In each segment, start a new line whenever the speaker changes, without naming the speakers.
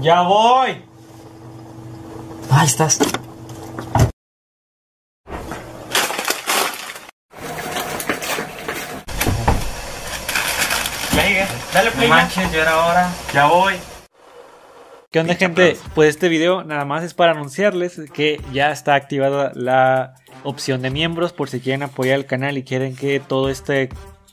Ya voy.
Ahí estás.
Ya llegué. Dale play. ya.
Manches, ya era hora.
Ya voy.
¿Qué onda gente? Pues este video nada más es para anunciarles que ya está activada la opción de miembros por si quieren apoyar el canal y quieren que todo este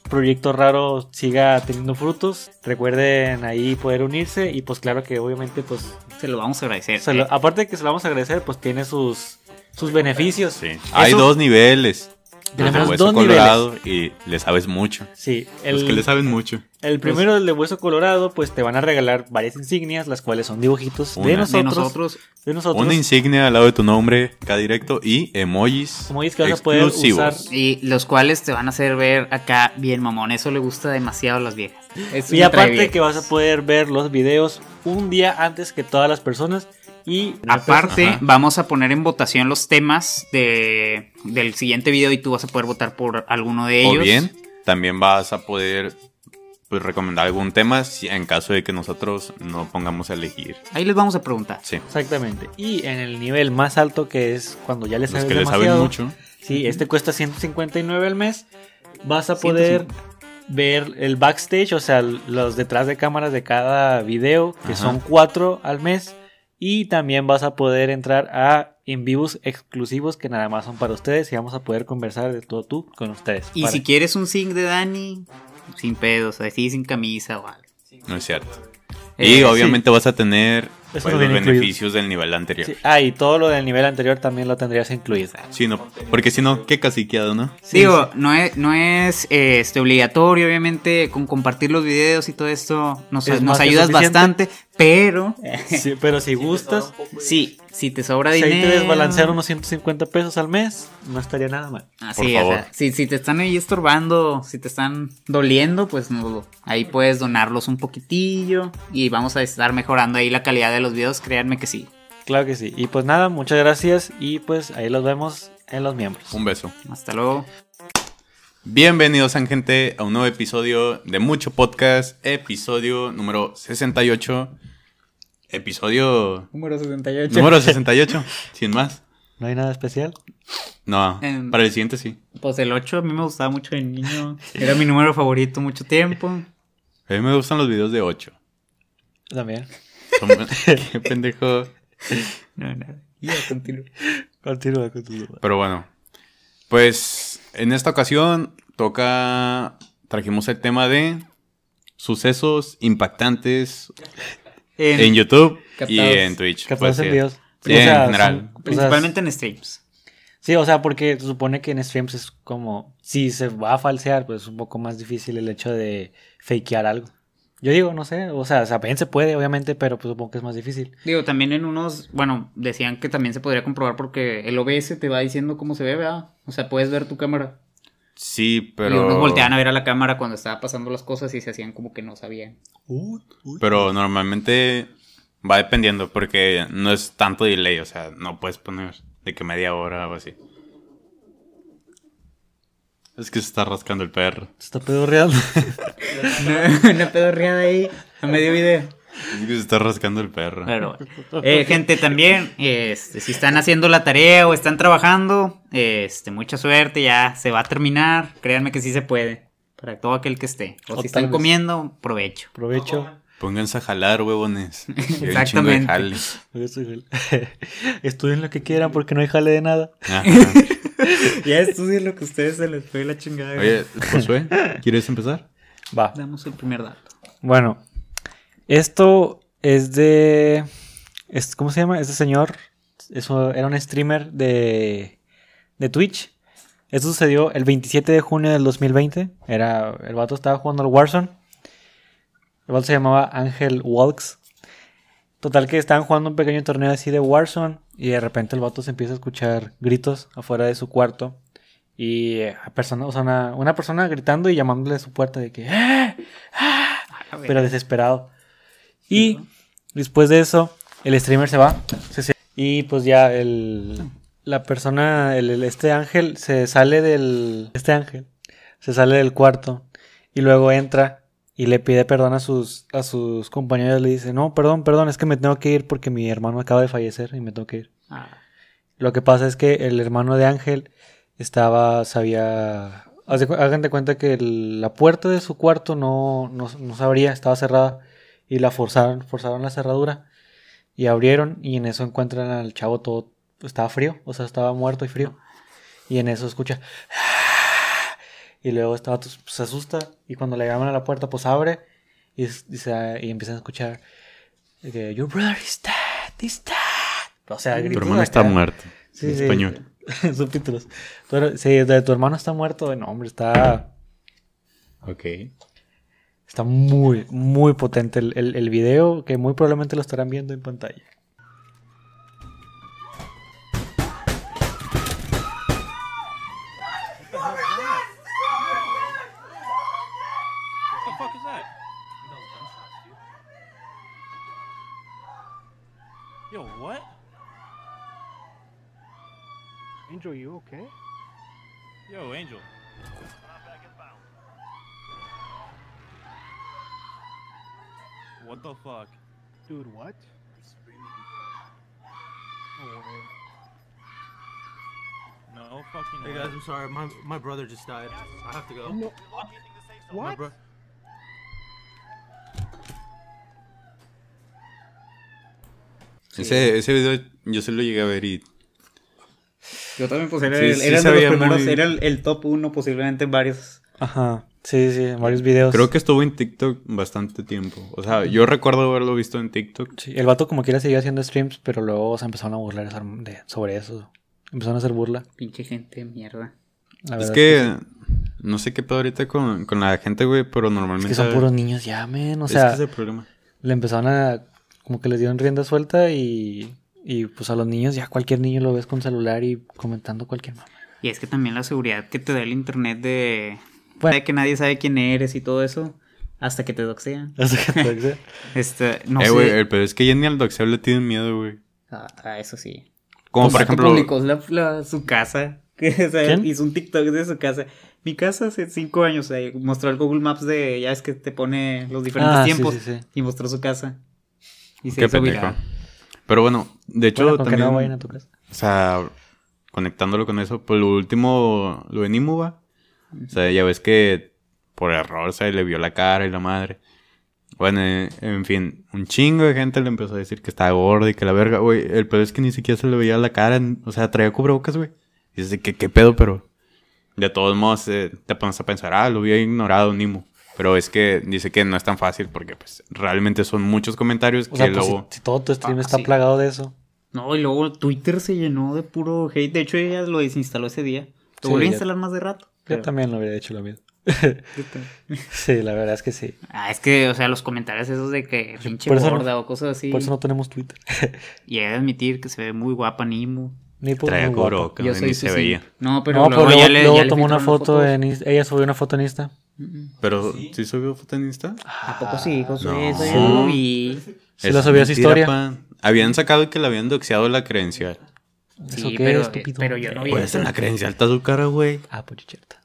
proyecto raro siga teniendo frutos. Recuerden ahí poder unirse y pues claro que obviamente pues
Se lo vamos a agradecer. eh,
se lo- aparte de que se lo vamos a agradecer pues tiene sus sus beneficios.
Eh, Sí. Hay
Eso-
dos niveles. El de
Tenemos
hueso
dos
colorado
niveles.
y le sabes mucho.
Sí,
Los que
el,
le saben mucho.
el primero el de hueso colorado pues te van a regalar varias insignias las cuales son dibujitos
Una.
de
De
nosotros, de nosotros,
nosotros.
Una insignia al lado de tu nombre, cada directo y emojis.
como dices que vas a poder
exclusivos.
usar
Y los cuales te van a hacer ver acá bien mamón. Eso le gusta demasiado a las viejas. Es
Y
ultra
aparte
viejas.
que vas a poder ver los videos un día antes que todas las personas y
Aparte,
Ajá.
vamos a poner en votación los temas de, del siguiente video y tú vas a poder votar por alguno de ellos.
O Oh, bien, también vas a poder pues, recomendar algún tema si- en caso de que nosotros no pongamos a elegir.
Ahí les vamos a preguntar.
Sí.
exactamente y en el nivel más alto que es cuando ya les
Los
sabes
que le
demasiado.
saben mucho.
Sí, este cuesta 159 al mes. Vas a poder ver el backstage, o sea, los detrás de cámaras de cada video, que
Ajá.
son cuatro al mes. Y también vas a poder entrar a en vivos exclusivos que nada más son para ustedes y vamos a poder conversar de todo tú con ustedes.
Y
Para-
si quieres un zinc de Dani, sin pedos, así sin camisa o algo.
No es cierto.
Eh,
y
sí.
obviamente vas a tener
Eso
pues,
no
los
viene incluido.
beneficios del nivel anterior.
Sí, Ah, y todo lo del nivel anterior también lo tendrías incluido.
Sí, no, porque si no, qué caciqueado, ¿no?
Sí,
Digo, no es, no es eh, este, obligatorio, obviamente, con compartir los videos y todo esto nos,
Es
nos
más que
ayudas
suficiente.
bastante, pero
Sí, pero si gustas,
sí, si te sobra
si Pues ahí
dinero...
te desbalancearon unos 150 pesos al mes, no estaría nada mal.
Así,
Por favor.
o sea, si, si te están ahí estorbando, si te están doliendo, pues no, ahí puedes donarlos un poquitillo y vamos a estar mejorando ahí la calidad de los videos, créanme que sí.
Claro que sí. Y pues nada, muchas gracias y pues ahí los vemos en los miembros.
Un beso.
Hasta luego.
Bienvenidos, sean, gente, a un nuevo episodio de Mucho Podcast, episodio número 68. Episodio
Número 78.
número 68, sin más.
¿No hay nada especial?
No,
Em.
para el siguiente sí.
Pues el 8 a mí me gustaba mucho de niño. Era mi número favorito mucho tiempo.
A mí me gustan los videos de 8.
También.
Son- Qué pendejo.
No, nada. Ya, continúo.
Continúa, continúa.
Pero bueno, pues en esta ocasión toca. Trajimos el tema de sucesos impactantes
En-
en YouTube y
Captados.
en Twitch.
Captados
pues,
en
sí.
videos.
Sí, en general.
Pues,
son- o sea,
principalmente en streams.
sí, o sea, porque se supone que en streams es como, si se va a falsear, pues es un poco más difícil el hecho de fakear algo. Yo digo, no sé, o sea, también se puede, obviamente, pero pues supongo que es más difícil.
Digo, también en unos, bueno, decían que también se podría comprobar porque el OBS te va diciendo cómo se ve, ¿verdad? O sea, puedes ver tu cámara.
Sí,
Y unos
pero.
volteaban a ver a la cámara cuando estaba pasando las cosas y se hacían como que no sabían.
Pero normalmente va dependiendo porque no es tanto delay, o sea, no puedes poner de que media hora o así. Es que se está rascando el perro.
Se está pedorreando.
Una pedorreada ahí a medio video.
Es que se está rascando el perro.
Pero bueno. Eh, gente, también, este, si están haciendo la tarea o están trabajando, este, mucha suerte, ya se va a terminar. Créanme que sí se puede. Para todo aquel que esté. O,
O
si
tal
están
vez.
comiendo, provecho.
Aprovecho.
Pónganse a jalar, huevones. Hay un chingo de
Exactamente.
jale.
Estudien lo que quieran porque no hay jale de nada.
Ajá.
Ya estudien lo que ustedes se les fue la chingada.
Oye, Josué, ¿quieres empezar?
Va.
Damos el primer dato.
Bueno, esto es de. es- ¿Cómo se llama? Este señor es un- era un streamer de, de Twitch. Esto sucedió el 27 de junio del 2020. Era, el vato estaba jugando al Warzone. El vato se llamaba Ángel Walks. Total que estaban jugando un pequeño torneo así de Warzone y de repente el vato se empieza a escuchar gritos afuera de su cuarto y eh, persona, o sea, una, una persona gritando y llamándole a su puerta de que "¡Ah! ¡Ah!" pero desesperado. Y después de eso, el streamer se va. se cierra, y pues ya el, la persona, el, el- este ángel, se sale del... Este ángel se sale del cuarto y luego entra y le pide perdón a sus, a sus compañeros. Le dice, no, perdón, perdón, es que me tengo que ir porque mi hermano acaba de fallecer y me tengo que ir.
Ah,
Lo que pasa es que el hermano de Ángel estaba, sabía... haz de cu- Hagan de cuenta que el- la puerta de su cuarto no, no, no se abría, estaba cerrada. Y la forzaron, forzaron la cerradura. Y abrieron y en eso encuentran al chavo todo... Estaba frío, o sea, estaba muerto y frío. Y en eso escucha... Y luego estaba, pues, se asusta. Y cuando le llaman a la puerta, pues abre. Y, s- y, se- y empiezan a escuchar... de que, Your brother is dead, is dead. O sea,
Tu
gritos
hermano está
acá.
muerto.
Sí,
en
sí.
español.
Subtítulos. Tu her- sí, de tu hermano está muerto. No, hombre, está.
Ok.
Está muy, muy potente el, el- el video que muy probablemente lo estarán viendo en pantalla.
Yo, what?
Angel, you okay?
Yo, Angel. What the fuck?
Dude, what? Oh, whatever.
No fucking
Hey
way.
guys, I'm sorry. My my brother just died. I have to go.
No.
My
What?
bro-
Ese, ese video yo se lo llegué a ver y
Yo también, pues era,
Sí,
el-
sí
eran
se
de los
veía
primeros,
muy-
era el, el top 1 posiblemente en varios.
Ajá. Sí, sí, en varios videos.
creo que estuvo en TikTok bastante tiempo. O sea, yo recuerdo haberlo visto en TikTok.
Sí, el vato, como quiera, siguió haciendo streams, pero luego se empezaron a burlar esa- de- sobre eso. Empezaron a hacer burla.
Pinche gente de mierda.
la
es
verdad
que no sé qué pedo ahorita con, con la gente, güey, pero
sí.
normalmente...
Es que son puros niños ya, men. O sea,
es que es el problema.
le empezaron a. Como que les dieron rienda suelta y. Y pues a los niños, ya cualquier niño lo ves con celular y comentando cualquier mamá.
Y es que también la seguridad que te da el internet de,
Bueno.
de que nadie sabe quién eres y todo eso, hasta que te doxean. Este, no
eh,
sé.
güey, el pedo es que ya ni al doxeo le tienen miedo, güey.
Ah, ah, eso sí.
Pues
Como
Un
por
vato
ejemplo...
publicó la- la- su casa. que, o sea,
¿Quién?
Hizo un TikTok de su casa. Mi casa hace cinco años. ahí mostró el Google Maps de. Ya es que te pone los diferentes
Ah, sí,
tiempos.
sí, sí.
Y mostró su casa. Y se
Qué
hizo
pendejo.
viral.
Pero bueno, de hecho
Bueno, con que
también...
no vayan a tu casa.
O sea, conectándolo con eso, pues lo último, lo de Nimu, va. O sea, ya ves que por error se le vio la cara y la madre. Bueno, eh, en fin, un chingo de gente le empezó a decir que estaba gorda y que la verga, güey. El pedo es que ni siquiera se le veía la cara, n- o sea, traía cubrebocas, güey. Y dices, ¿qué, qué pedo? Pero de todos modos eh, te pones a pensar, ah, lo había ignorado Nimu. Pero es que dice que no es tan fácil porque, pues, realmente son muchos comentarios
O
que
sea, pues,
luego.
si, si todo tu stream
Ah,
está
sí.
plagado de eso.
No, y luego Twitter se llenó de puro hate. De hecho, ella lo desinstaló ese día.
Sí,
Lo volví a
yo-
instalar más de rato.
Yo
pero-
también lo hubiera hecho lo mismo.
yo también.
sí, la verdad es que sí.
Ah, es que, o sea, los comentarios esos de que pinche
por eso no-
gorda o cosas así.
Por eso no tenemos Twitter.
Y he de admitir que se ve muy guapa Nimo.
Ni por
Traía
muy guapa.
cubrebocas,
Yo
güey,
soy
ni
su
se
simp.
veía.
No, pero
no,
luego,
pero luego,
ya le-
luego
ya le
tomó una
filtraron
foto
fotos.
en Insta- Ella subió una foto en Insta.
Mm,
Pero,
Sí.
¿sí subió foto en Insta?
¿A poco sí, José?
No.
Eso yo no lo vi.
Sí
Eso
la
Ah, es
subió a su
mentira,
historia.
pa. Habían sacado que le habían doxeado la credencial.
Sí,
qué,
pero, eh,
estúpido?
pero yo no vi.
Pues
eso.
en la credencial está su cara, güey.
Ah, pues cierto.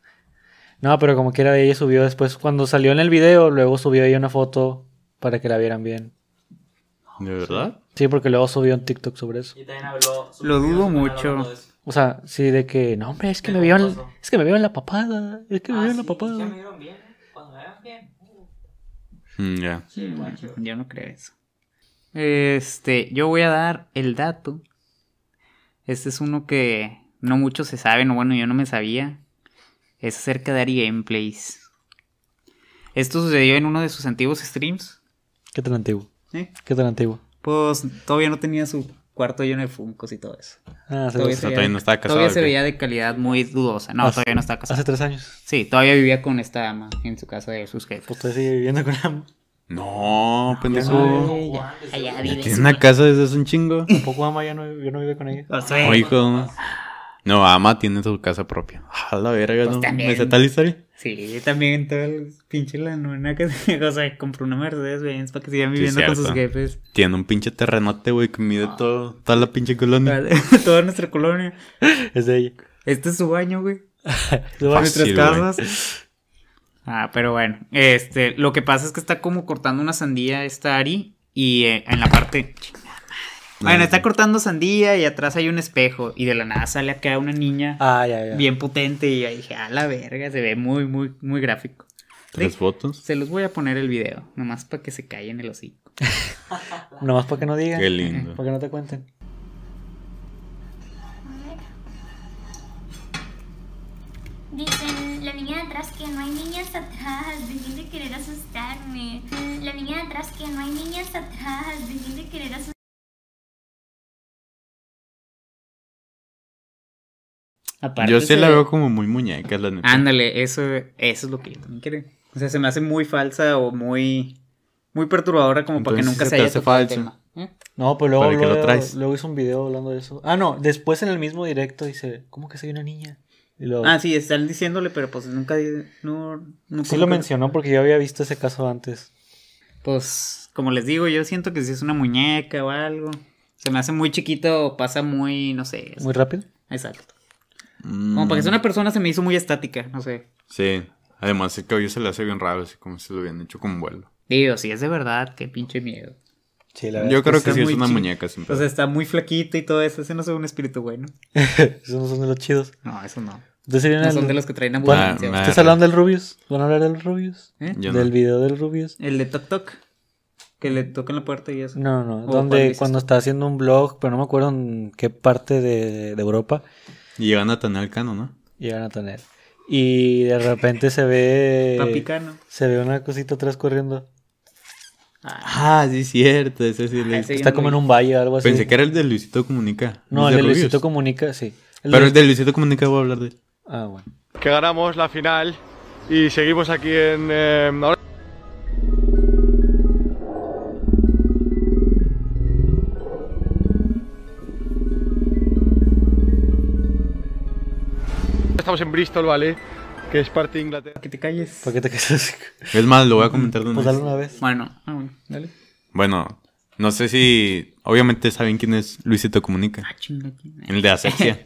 No, pero como quiera, ella subió después. Cuando salió en el video, luego subió ella una foto para que la vieran bien.
¿De verdad?
Sí, porque luego subió un TikTok sobre eso.
Lo dudo mucho.
O sea, sí, de que, no, hombre, es que me vieron, es que me vieron la papada. Es
Ah,
que me vieron ¿eh? la papada.
Mm, ya.
Yo no creo eso. Este, yo voy a dar el dato. Este es uno que no muchos se saben, o bueno, yo no me sabía. Es acerca de Ari Gameplays. Esto sucedió en uno de sus antiguos streams.
Qué tan antiguo.
¿eh?
Qué tan antiguo.
Pues todavía no tenía su cuarto lleno de funcos y todo eso.
Ah, se
Todavía, se
O sea,
veía,
todavía
de-
no estaba casado,
todavía se
¿o qué?
veía de calidad muy dudosa. No,
Ah,
todavía no estaba casado.
Hace tres años.
Sí, todavía vivía con esta dama en su casa de sus jefes.
Pues todavía sigue viviendo con ella.
Ah,
No, pendejo.
Ay, ya.
Allá vive
Tiene una casa desde hace un chingo.
Poco ama ya no, yo no vive con ella.
O sea,
Oye, ¿cómo? No, Ama tiene su casa propia. A la verga,
Pues
¿no?
también.
¿Me sé tal historia?
Sí, también todo el pinche la nona que se- o sea, compró una Mercedes Benz para que sigan
Sí,
viviendo con
cierto.
sus jefes.
Tiene un pinche terrenote, güey, que mide
Ah.
todo, toda la pinche
Mm.
colonia.
Toda nuestra colonia.
Es de ella.
Este es su baño, güey.
Su
Fácil,
baño.
Nuestras
güey.
casas. Ah, pero bueno. Este, lo que pasa es que está como cortando una sandía esta Ari. Y eh, en la parte. Chingada madre. Bueno, está cortando sandía y atrás hay un espejo. Y de la nada sale acá una niña
Ah, ya, ya.
bien potente. Y yo dije, a la verga, se ve muy, muy, muy gráfico.
Tres fotos.
Se los voy a poner el video, nomás para que se callen el hocico.
Nomás para que no digan.
Qué lindo.
Para que no te cuenten.
Dicen, la niña de atrás que no hay niñas atrás, dejen de querer asustarme. La niña de atrás que no hay niñas atrás, dejen de querer asustarme.
Aparte
Yo sí
se
la
ve- Ah,
veo como muy muñeca, la neta.
Ándale, eso, eso es lo que yo también quiero. O sea, se me hace muy falsa o muy, muy perturbadora como para que
Entonces,
nunca
se
se,
te
haya
hace
tocado el
falso.
tema. ¿Eh?
No, pues luego,
¿Para qué lo
luego,
traes?
luego hizo un video hablando de eso. Ah, no, después en el mismo directo dice, ¿cómo que soy una niña? Y luego,
Ah, sí, están diciéndole, pero pues nunca, di- no, no-
sí
como
lo
que-
mencionó porque yo había visto ese caso antes.
Pues, como les digo, yo siento que si es una muñeca o algo, se me hace muy chiquito, o pasa muy, no sé,
Muy rápido.
exacto.
Mm,
Como para que sea una persona se me hizo muy estática, no sé.
Sí. Además, el cabello se le hace bien raro, así como si lo hubieran hecho con vuelo.
Digo, si es de verdad, qué pinche miedo.
Sí, la
Yo creo que
está
sí es
muy
una
chi-
muñeca, sin
O sea,
pedo.
está muy flaquito y todo eso, ese no es un espíritu bueno.
Esos no son de los chidos.
No, eso no.
Entonces se viene
No
el-
son de los que traen
Bueno,
abundancia.
me-
¿Ustedes hablaron del Rubius? ¿Van a hablar del Rubius?
¿eh?
Ah, Yo
¿Del
no.
video del Rubius?
El de Toc Toc. Que le tocan la puerta y eso.
No, no, no.
¿O cuál
Donde
dices
cuando
tú?
está haciendo un blog, pero no me acuerdo en qué parte de, de Europa,
Y llegan a tener el cano, ¿no?
llegan a tener. Y de repente se ve.
Papicano.
Se ve una cosita atrás corriendo.
Ah,
Ah, sí, cierto. Ese sí.
ese
Que
yo
está
no
como en
vi.
un valle o algo así.
Pensé que era el de Luisito Comunica.
No, el de
Rubius.
Luisito Comunica, sí. El
Pero
de-
el de Luisito Comunica voy a hablar de él.
Ah, bueno.
que ganamos la final y seguimos aquí en... eh, ahora- Estamos en Bristol, ¿vale? Que es parte de Inglaterra.
Que te calles.
¿Para qué te quedas así?
Es más, lo voy a comentar de una
Pues
vez.
dale una vez.
Bueno, ah, bueno, dale.
Bueno, no sé si... Obviamente saben quién es Luisito Comunica.
Ah, chinga, chinga.
El de Asexia.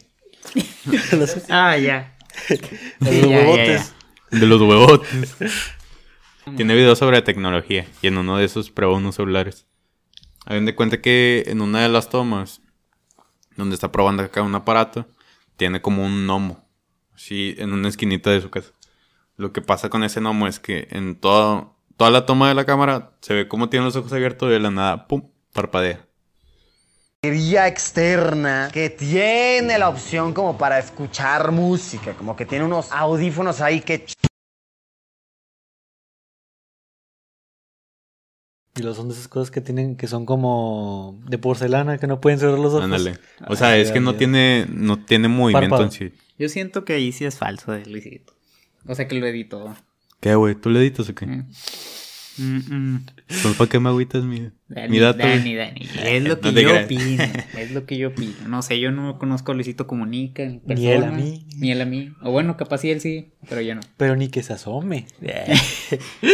Ah, ya.
El de
ya, ya,
huevotes.
de los huevotes. Tiene videos sobre tecnología. Y en uno de esos probó unos celulares. Hagan de cuenta que en una de las tomas... Donde está probando acá un aparato... Tiene como un gnomo. Así, en una esquinita de su casa. Lo que pasa con ese gnomo es que en todo, toda la toma de la cámara... Se ve cómo tiene los ojos abiertos y de la nada... ¡Pum! Parpadea.
Vía externa que tiene la opción como para escuchar música, como que tiene unos audífonos ahí que
Y los son de esas cosas que tienen, que son como de porcelana, que no pueden cerrar los ojos.
Ándale. O
Ay,
sea, es
da
que no
miedo.
tiene, no tiene movimiento
Párpado.
en sí.
Yo siento que ahí sí es falso de Luisito. O sea que lo editó.
¿Qué, güey? ¿Tú le editas o qué?
Mm. Mm, mm.
Pues, ¿Para qué me agüitas mi,
Dani,
mi dato? güey?
Dani, Dani. Es lo
No
que
te
yo
creas.
opino. Es lo que yo opino. No sé, yo no conozco a Luisito Comunica. en
Ni él a
persona,
mí.
Ni él a mí. O bueno, capaz sí él sí, pero yo no.
Pero ni que se asome.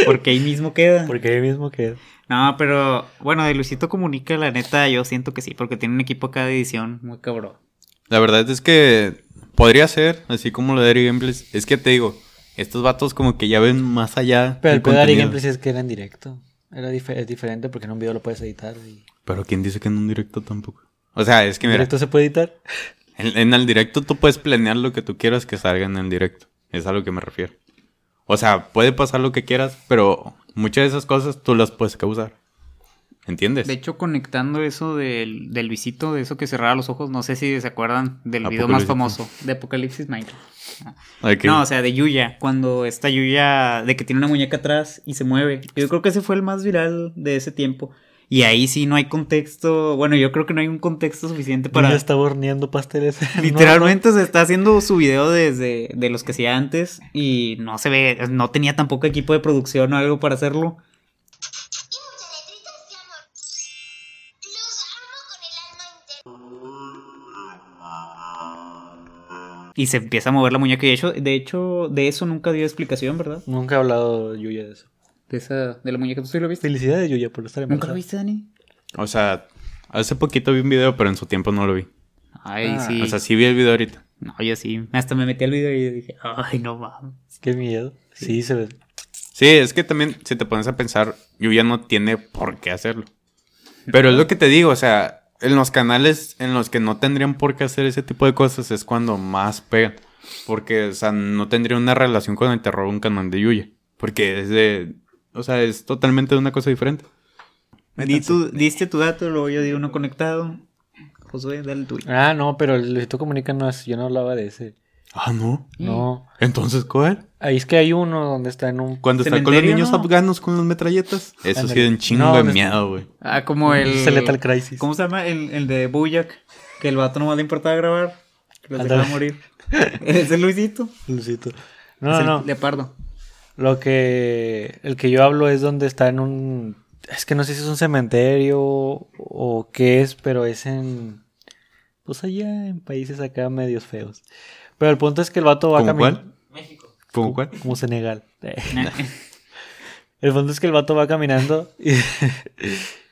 Porque ahí mismo queda.
Porque ahí mismo que
No, pero bueno, de Luisito Comunica, la neta, yo siento que sí, porque tiene un equipo acá de edición muy cabrón.
La verdad es que podría ser, así como lo de Ari Gameplays. Es que te digo, estos vatos como que ya ven más allá.
Pero el
del
pedo de Ari
contenido.
Gameplay sí es que era en directo. Era dife- es diferente porque en un video lo puedes editar. Y...
Pero quién dice que en un directo tampoco. O sea, es que
¿En
mira,
directo se puede editar?
en, en el directo tú puedes planear lo que tú quieras que salga en el directo. Es a lo que me refiero. O sea, puede pasar lo que quieras, pero muchas de esas cosas tú las puedes causar. ¿Entiendes?
De hecho, conectando eso del, del Luisito, de eso que cerraba los ojos, no sé si se acuerdan del video más
Apocalipsis.
famoso de Apocalipsis Minecraft.
Ok.
No, o sea, de Yuya, cuando esta Yuya de que tiene una muñeca atrás y se mueve. Yo creo que ese fue el más viral de ese tiempo. Y ahí sí no hay contexto, bueno, yo creo que no hay un contexto suficiente
Para...
para...
Ya está horneando pasteles.
Literalmente se está haciendo su video desde de los que hacía antes y no se ve, no tenía tampoco equipo de producción o algo para hacerlo.
Y muchas letritas de amor. Los amo con el alma entera.
Y se empieza a mover la muñeca. Y de hecho, de hecho, de eso nunca dio explicación, ¿verdad?
No- Nunca he hablado Yuya de eso.
De esa, de la muñeca. ¿Tú sí lo viste?
Felicidades, Yuya, por estar en
¿Nunca lo viste, Dani?
O sea, hace poquito vi un video, pero en su tiempo no lo vi.
Ay,
Ah.
sí.
O sea, sí vi el video ahorita.
No, yo sí. Hasta me metí al video y dije, ay, no mames.
Qué miedo. Sí, se ve.
Sí, es que también si te pones a pensar, Yuya no tiene por qué hacerlo. Pero es lo que te digo, o sea, en los canales en los que no tendrían por qué hacer ese tipo de cosas es cuando más pegan. Porque, o sea, no tendría una relación con el terror un canal de Yuya. Porque es de. O sea, es totalmente una cosa diferente.
Di tu- diste tu dato, luego yo di uno conectado. Josué, dale el tuyo.
Ah, no, pero el Luisito Comunica no es. Yo no hablaba de ese.
Ah, no.
Mm.
No.
Entonces, ¿cuál?
Ahí es que hay uno donde está en un.
Cuando están con los
¿Cementerio,
niños
no?
afganos con las metralletas. Eso sí,
Ándale.
de un chingo
No,
de
no es-
miedo, güey.
Ah, como el.
Se Lethal Crisis.
¿Cómo se llama? El, el de Bojack. Que el vato nomás le importaba grabar. Que los dejaba
Ándale.
morir. es el Luisito.
Luisito.
es
No,
el
no, no.
Leopardo.
Lo que. El que yo hablo es donde está en un. Es que no sé si es un cementerio o qué es, pero es en. Pues allá en países acá medios feos. Pero el punto es que el vato va
¿Cómo
caminando.
cuál? ¿Cómo cuál?
Como Senegal. el fondo es que el vato va caminando y,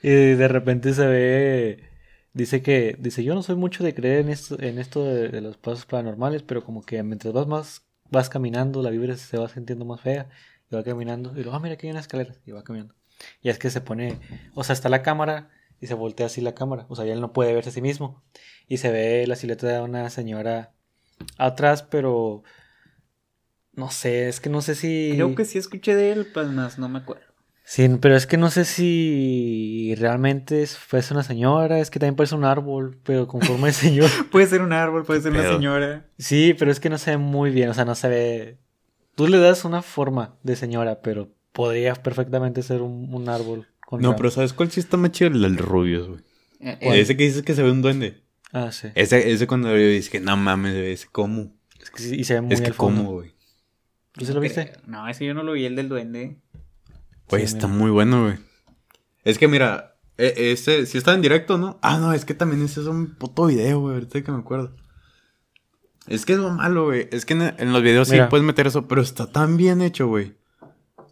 y de repente se ve. Dice que. Dice, yo no soy mucho de creer en esto, en esto de, de los pasos paranormales, pero como que mientras vas más, vas caminando, la vibra se va sintiendo más fea. Y va caminando. Y luego, ah, mira que hay una escalera. Y va caminando. Y es que se pone. O sea, está la cámara. Y se voltea así la cámara. O sea, ya él no puede verse a sí mismo. Y se ve la silueta de una señora atrás, pero. No sé, es que no sé si.
Eh, Creo que sí escuché de él, pues más no me acuerdo.
Sí, pero es que no sé si realmente es- fue una señora, es que también parece un árbol, pero con forma de señor.
Puede ser un árbol, puede ser una
Pero-
señora.
Sí, pero es que no se ve muy bien, o sea, no se ve... Tú le das una forma de señora, pero podría perfectamente ser un, un árbol. Con
No,
ramas.
pero ¿sabes cuál sí está más chido? El del Rubius, güey.
Eh, eh,
Ese que dices que se ve un duende.
Ah, sí.
Ese, ese cuando yo dije que no mames, güey, ese cómo.
Es que sí, y se ve muy
es que eh,
al fondo.
cómo, güey.
¿Tú se lo viste?
eh, No, ese yo no lo vi, el del duende.
Güey,
Sí,
está
mira.
muy bueno, güey. Es que mira, e- ese, si está en directo, ¿no? Ah, no, es que también ese es un puto video, güey, ahorita que me acuerdo. Es que es lo malo, güey. Es que en, en los videos
Mira.
sí puedes meter eso, pero está tan bien hecho, güey.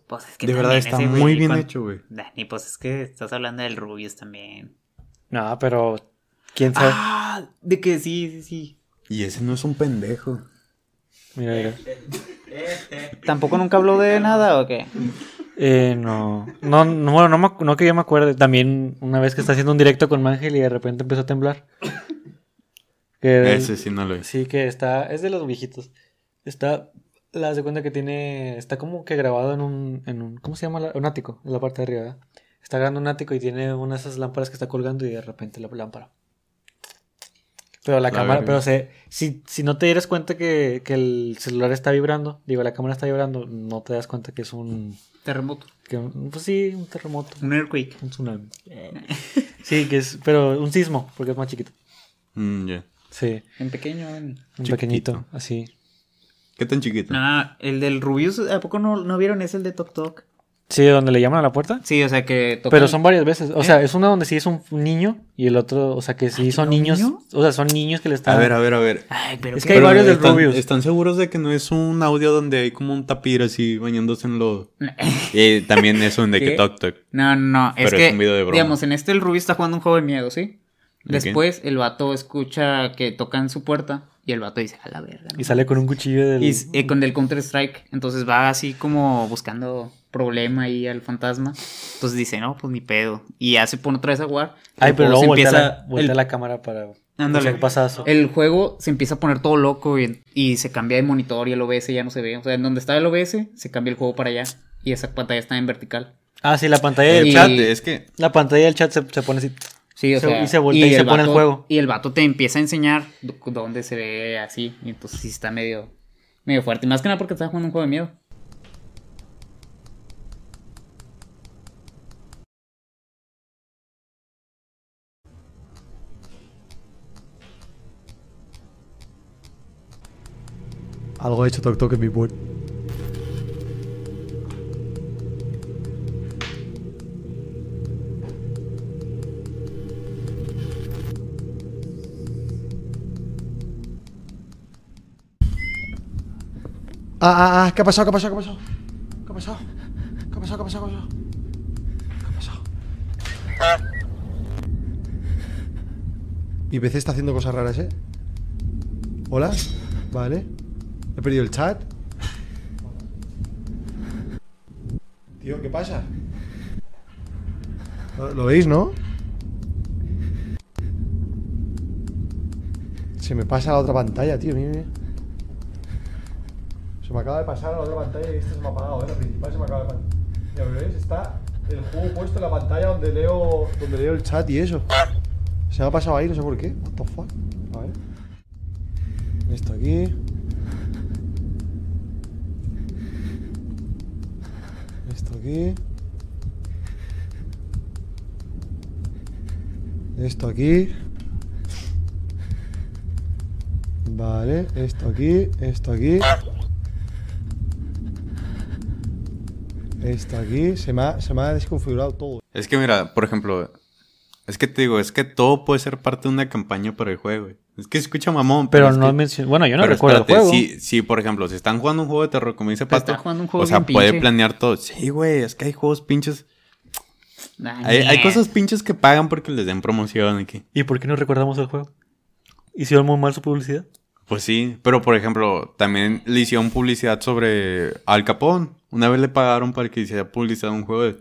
Pues es que
De verdad,
también
está
ese güey,
muy bien
cuando-
hecho, güey.
Dani, pues es que estás hablando del Rubius también.
No, pero... ¿Quién sabe?
Ah, de que sí, sí, sí.
Y ese no es un pendejo.
Mira, mira.
¿Tampoco nunca habló de nada o qué?
Eh, no. No, no, bueno, no, me acu- no que yo me acuerde. También una vez que está haciendo un directo con Mangel y de repente empezó a temblar. Que-
Ese sí no lo es.
Sí, que está. Es de los viejitos. Está. La de cuenta que tiene. Está como que grabado en un. En un ¿Cómo se llama? la- un ático, en la parte de arriba. ¿verdad? Está grabando un ático y tiene una de esas lámparas que está colgando y de repente la lámpara. Pero la,
La
cámara.
verga.
Pero se, si, si no te dieras cuenta que, que el celular está vibrando, digo, la cámara está vibrando, no te das cuenta que es un.
Terremoto.
Que un- pues sí, un terremoto.
Un earthquake.
Un tsunami.
Eh,
Sí, que es. Pero un sismo, porque es más chiquito.
Mm, ya.
Sí,
En pequeño, Dani.
un
Chiquitito.
pequeñito, así.
¿Qué tan chiquito?
No, el del Rubius, ¿a poco no, no vieron ese el de Tok Tok?
Sí, donde le llaman a la puerta.
Sí, o sea que tocan-
Pero son varias veces. O sea, es una donde sí es un un niño y el otro, o sea, que sí son niños.
niño?
O sea, son niños que le están.
A ver, a ver, a ver.
Ay, pero
Es
qué-
que hay
Pero
varios del
están-
Rubius.
¿Están seguros de que no es un audio donde hay como un tapir así bañándose en lodo? y también es un de
¿Qué?
que toc toc.
No, no, es
Pero
que
es un video de broma.
digamos, en este el Rubius está jugando un juego de miedo, ¿sí?
Ok.
Después el vato escucha que tocan su puerta y el vato dice, "A la verga." ¿no?".
Y sale con un cuchillo del.
Y s- eh, con el Counter Strike, entonces va así como buscando problema ahí al fantasma. Entonces dice, "No, pues ni pedo." Y ya se pone otra vez a jugar.
Ay, pero
El
luego
juego se
voltea, la,
empieza
voltea
el-
la cámara para.
Ándale.
hacer pasazo.
El juego se empieza a poner todo loco y, y se cambia de monitor y el OBS ya no se ve. O sea, en donde estaba el OBS, se cambia el juego para allá. Y esa pantalla está en vertical.
Ah, sí, la pantalla
El
del
Eh, Y-
chat.
chat, es que.
La pantalla del chat se, se pone así.
Sí, o
Se-
sea,
y se voltea y se
el
pone el
vato-
juego.
Y el vato te empieza a enseñar d- dónde se ve así. Y entonces sí está medio, medio fuerte. Y más que nada porque estás jugando un juego de miedo.
Algo ha hecho Tok Tok en mi board. Ah, ah, ah, ¿qué ha pasado? ¿Qué ha pasado? ¿Qué ha pasado? ¿Qué ha pasado? ¿Qué ha pasado? ¿Qué ha pasado? ¿Qué ha pasado? ¿Qué ha pasado? Mi PC está haciendo cosas raras, ¿eh? Hola, vale. He perdido el chat. Tío, ¿qué pasa? ¿Lo, lo veis, no? Se me pasa a la otra pantalla, tío. Mira, mira. Se me acaba de pasar a la otra pantalla y este se me ha apagado, ¿eh? La principal se me acaba de pasar. Ya veis, está el juego puesto en la pantalla donde leo, donde leo el chat y eso. Se me ha pasado ahí, no sé por qué. What the fuck. A ver. Esto aquí. Esto aquí. Esto aquí. Vale, esto aquí, esto aquí. Esto aquí, se me ha, se me ha desconfigurado todo.
Es que mira, por ejemplo, es que te digo, es que todo puede ser parte de una campaña para el juego. güey. Es que se escucha mamón.
Pero
es
no
que-
mencio- bueno, yo no
pero
recuerdo el
espérate,
juego.
Si, si, por ejemplo, si están jugando un juego de terror, como dice
Pero
Pato,
están jugando un juego
o sea,
bien
puede
pinche.
planear todo. Sí, güey, es que hay juegos pinches.
Nah,
Hay, hay
nah.
cosas pinches que pagan porque les den promoción aquí.
¿Y por qué no recordamos el juego? ¿Hicieron muy mal su publicidad?
Pues sí, pero por ejemplo, también le hicieron publicidad sobre Al Capón. Una vez le pagaron para que hiciera publicidad de un juego de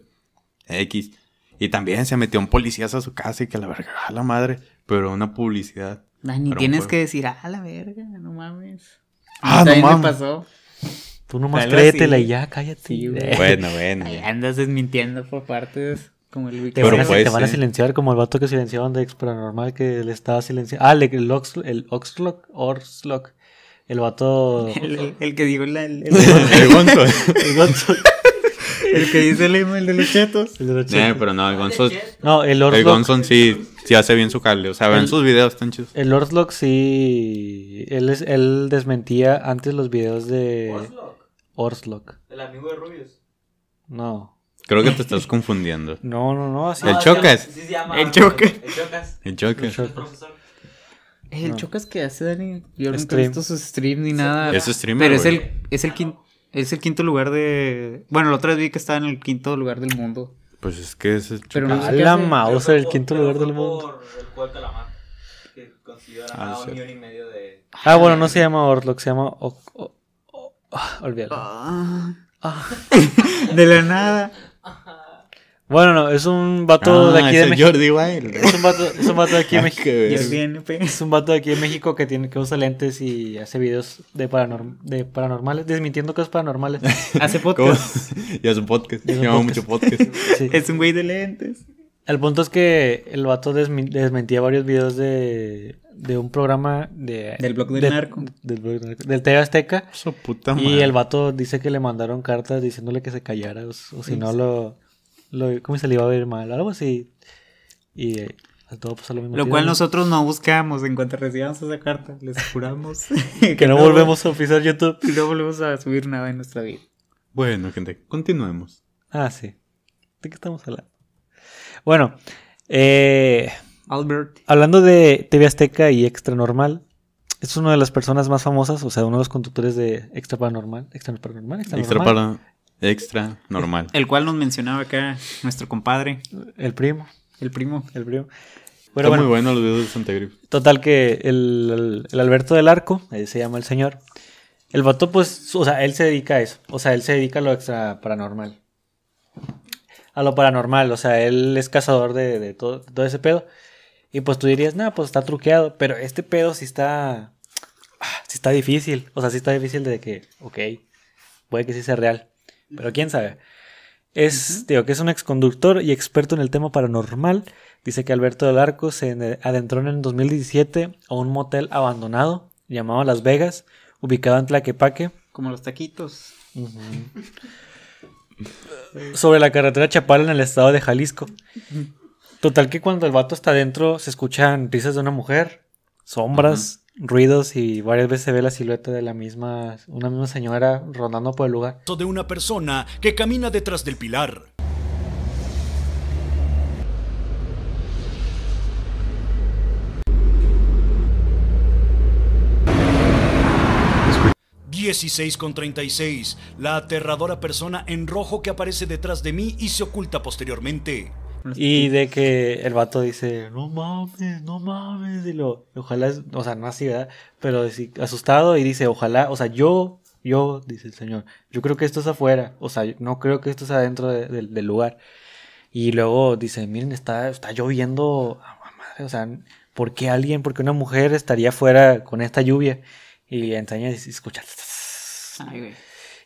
X. Y también se metió un policía a su casa y que la verga, a la madre. Pero una publicidad.
Nah, ni
Era un
tienes
juego.
que decir, ah, la verga, no mames.
Ah, no
También me
mames.
pasó.
Tú nomás
Algo
créetela
así.
y ya, cállate. Eh,
Sí, güey.
Bueno, bueno.
Ahí
ya.
andas desmintiendo por partes. Como el
Te,
Pero pues-
van, a,
puede
te van a
ser.
silenciar como el vato que silenciaban de ex paranormal que le estaba silenciando. Ah, el, el, Ox, el Oxlock, Orslock. El vato.
El,
el
el- el que digo la- el, el-
El Gonzo.
Gonzo.
el que dice el, el de los chetos.
el de los
Nah,
chetos.
Eh, pero no, el Gonzo.
No, el
El
Orslock.
Gonzo sí, sí hace bien su cable. O sea, ven
El-
sus videos, están chidos.
El Orslock sí. Él, es, él desmentía antes los videos de. Orslock.
El amigo de Rubius.
No.
Creo que te estás confundiendo.
No, no, no. Así.
El Chocas.
Sí, se llama.
Ah,
El Chocas.
El Chocas.
El Joker.
El Chocas.
El
No.
chocas que hace Dani. Yo nunca he
Stream.
visto su stream ni nada.
Es streamer,
Pero es
güey.
el, es el quinto. Es el quinto lugar de. Bueno, la otra vez vi que estaba en el quinto lugar del mundo.
Pues es que es el
Pero
Joker.
no
A
sé qué
la
hace.
mouse, Ah, el quinto lugar del mundo.
Por el juego de Calamar. Que consiguió
Ah,
ganado
sí.
un millón y medio de.
Ah, bueno, no se llama Orlock, se llama. O- o- o- ah, olvídalo.
De la nada.
Bueno, no, es un vato de
Ah,
aquí
es
de
el
México.
Jordi Wild. Ah,
Es un vato, es un vato de aquí de México.
Y
Es-
el pues, DNP.
Es un vato de aquí de México que tiene que usa lentes y hace videos de, paranorm- de paranormales, desmintiendo cosas paranormales.
Hace
¿Cómo?
podcast.
Ya es un podcast.
Ya es un
Lleva
podcast.
mucho podcast.
Sí.
Es un güey de lentes.
El punto es que el vato desmi- desmentía varios videos de, de un programa de,
Del blog del
de-
narco. Ah,
Del, blog del narco, del TV Azteca.
Su puta
Y
madre.
el vato dice que le mandaron cartas diciéndole que se callara o, s- o si no lo, lo... ¿Cómo se le iba a ver mal? Algo así. Y eh, a todo pasó lo mismo.
Lo cual
Tiene-
nosotros no buscamos. En cuanto recibamos esa carta, les juramos
Que no volvemos a pisar YouTube.
No volvemos a subir nada en nuestra vida.
Bueno, gente, continuemos.
Ah, sí. ¿De qué estamos hablando? Bueno, eh,
Albert.
hablando de TV Azteca y Extra Normal, es una de las personas más famosas, o sea, uno de los conductores de Extra Paranormal. Extra Paranormal, Extra,
Extra
Normal,
para extra normal.
El cual nos mencionaba acá nuestro compadre,
El primo,
el primo.
el primo.
Está
Bueno, bueno,
muy bueno los videos de Santa Gripe.
Total que el, el Alberto del Arco, ahí se llama el señor. El vato, pues, o sea, él se dedica a eso. O sea, él se dedica a lo extra paranormal. A lo paranormal, o sea, él es cazador de, de todo, de todo ese pedo. Y pues tú dirías, nah, pues está truqueado. Pero este pedo sí está. ah, Sí está difícil. O sea, sí está difícil de que, ok, puede que sí sea real. Pero quién sabe. Es, digo, que es un exconductor y experto en el tema paranormal. Dice que Alberto del Arco se en- adentró en el 2017 a un motel abandonado llamado Las Vegas, ubicado en Tlaquepaque,
Como los taquitos.
sobre la carretera Chapala en el estado de Jalisco. Total que cuando el vato está adentro se escuchan risas de una mujer, sombras, ruidos y varias veces se ve la silueta de la misma, una misma señora rondando por el lugar.
de una persona que camina detrás del pilar. ...16 con 36... ...la aterradora persona en rojo que aparece detrás de mí... ...y se oculta posteriormente.
Y de que el vato dice, no mames, no mames, y lo, ojalá, es- o sea, no así, ¿verdad? Pero sí, asustado y dice, ojalá, o sea, yo Yo, dice el señor, yo creo que esto es afuera. O sea, yo no creo que esto sea dentro de- del- del lugar. Y luego dice, miren, está, está lloviendo. a madre, O sea, ¿por qué alguien, por qué una mujer estaría afuera con esta lluvia? Y enseña y escucha.
Ay, güey.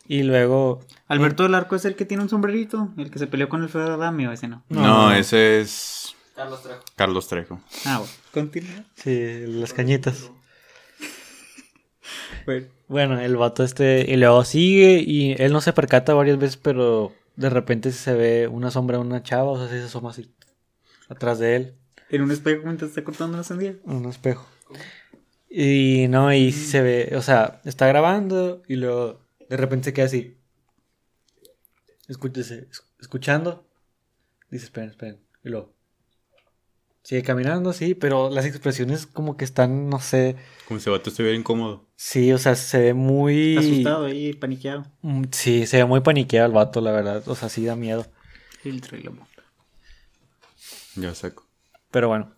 Y luego...
Alberto del Arco es el que tiene un sombrerito, el que se peleó con el Alfredo Adame o ese no.
No, ese es.
Carlos Trejo.
Carlos Trejo.
Ah, bueno. Continúa.
Sí, las cañitas.
Bueno.
Bueno, el vato este, y luego sigue y él no se percata varias veces, pero de repente se ve una sombra de una chava, o sea, se asoma así atrás de él,
En un espejo mientras está cortando una sandía.
un espejo. Y no, y sí se ve, o sea, está grabando y luego de repente se queda así. Escúchese, esc- escuchando. Dice, esperen, esperen. Y luego sigue caminando, sí, pero las expresiones como que están, no sé,
Como si el vato estuviera incómodo.
sí, o sea, se ve muy...
Asustado ahí, paniqueado.
Mm, Sí, se ve muy paniqueado el vato, la verdad. O sea, sí da miedo.
Filtro y lomo.
Ya saco.
Pero bueno.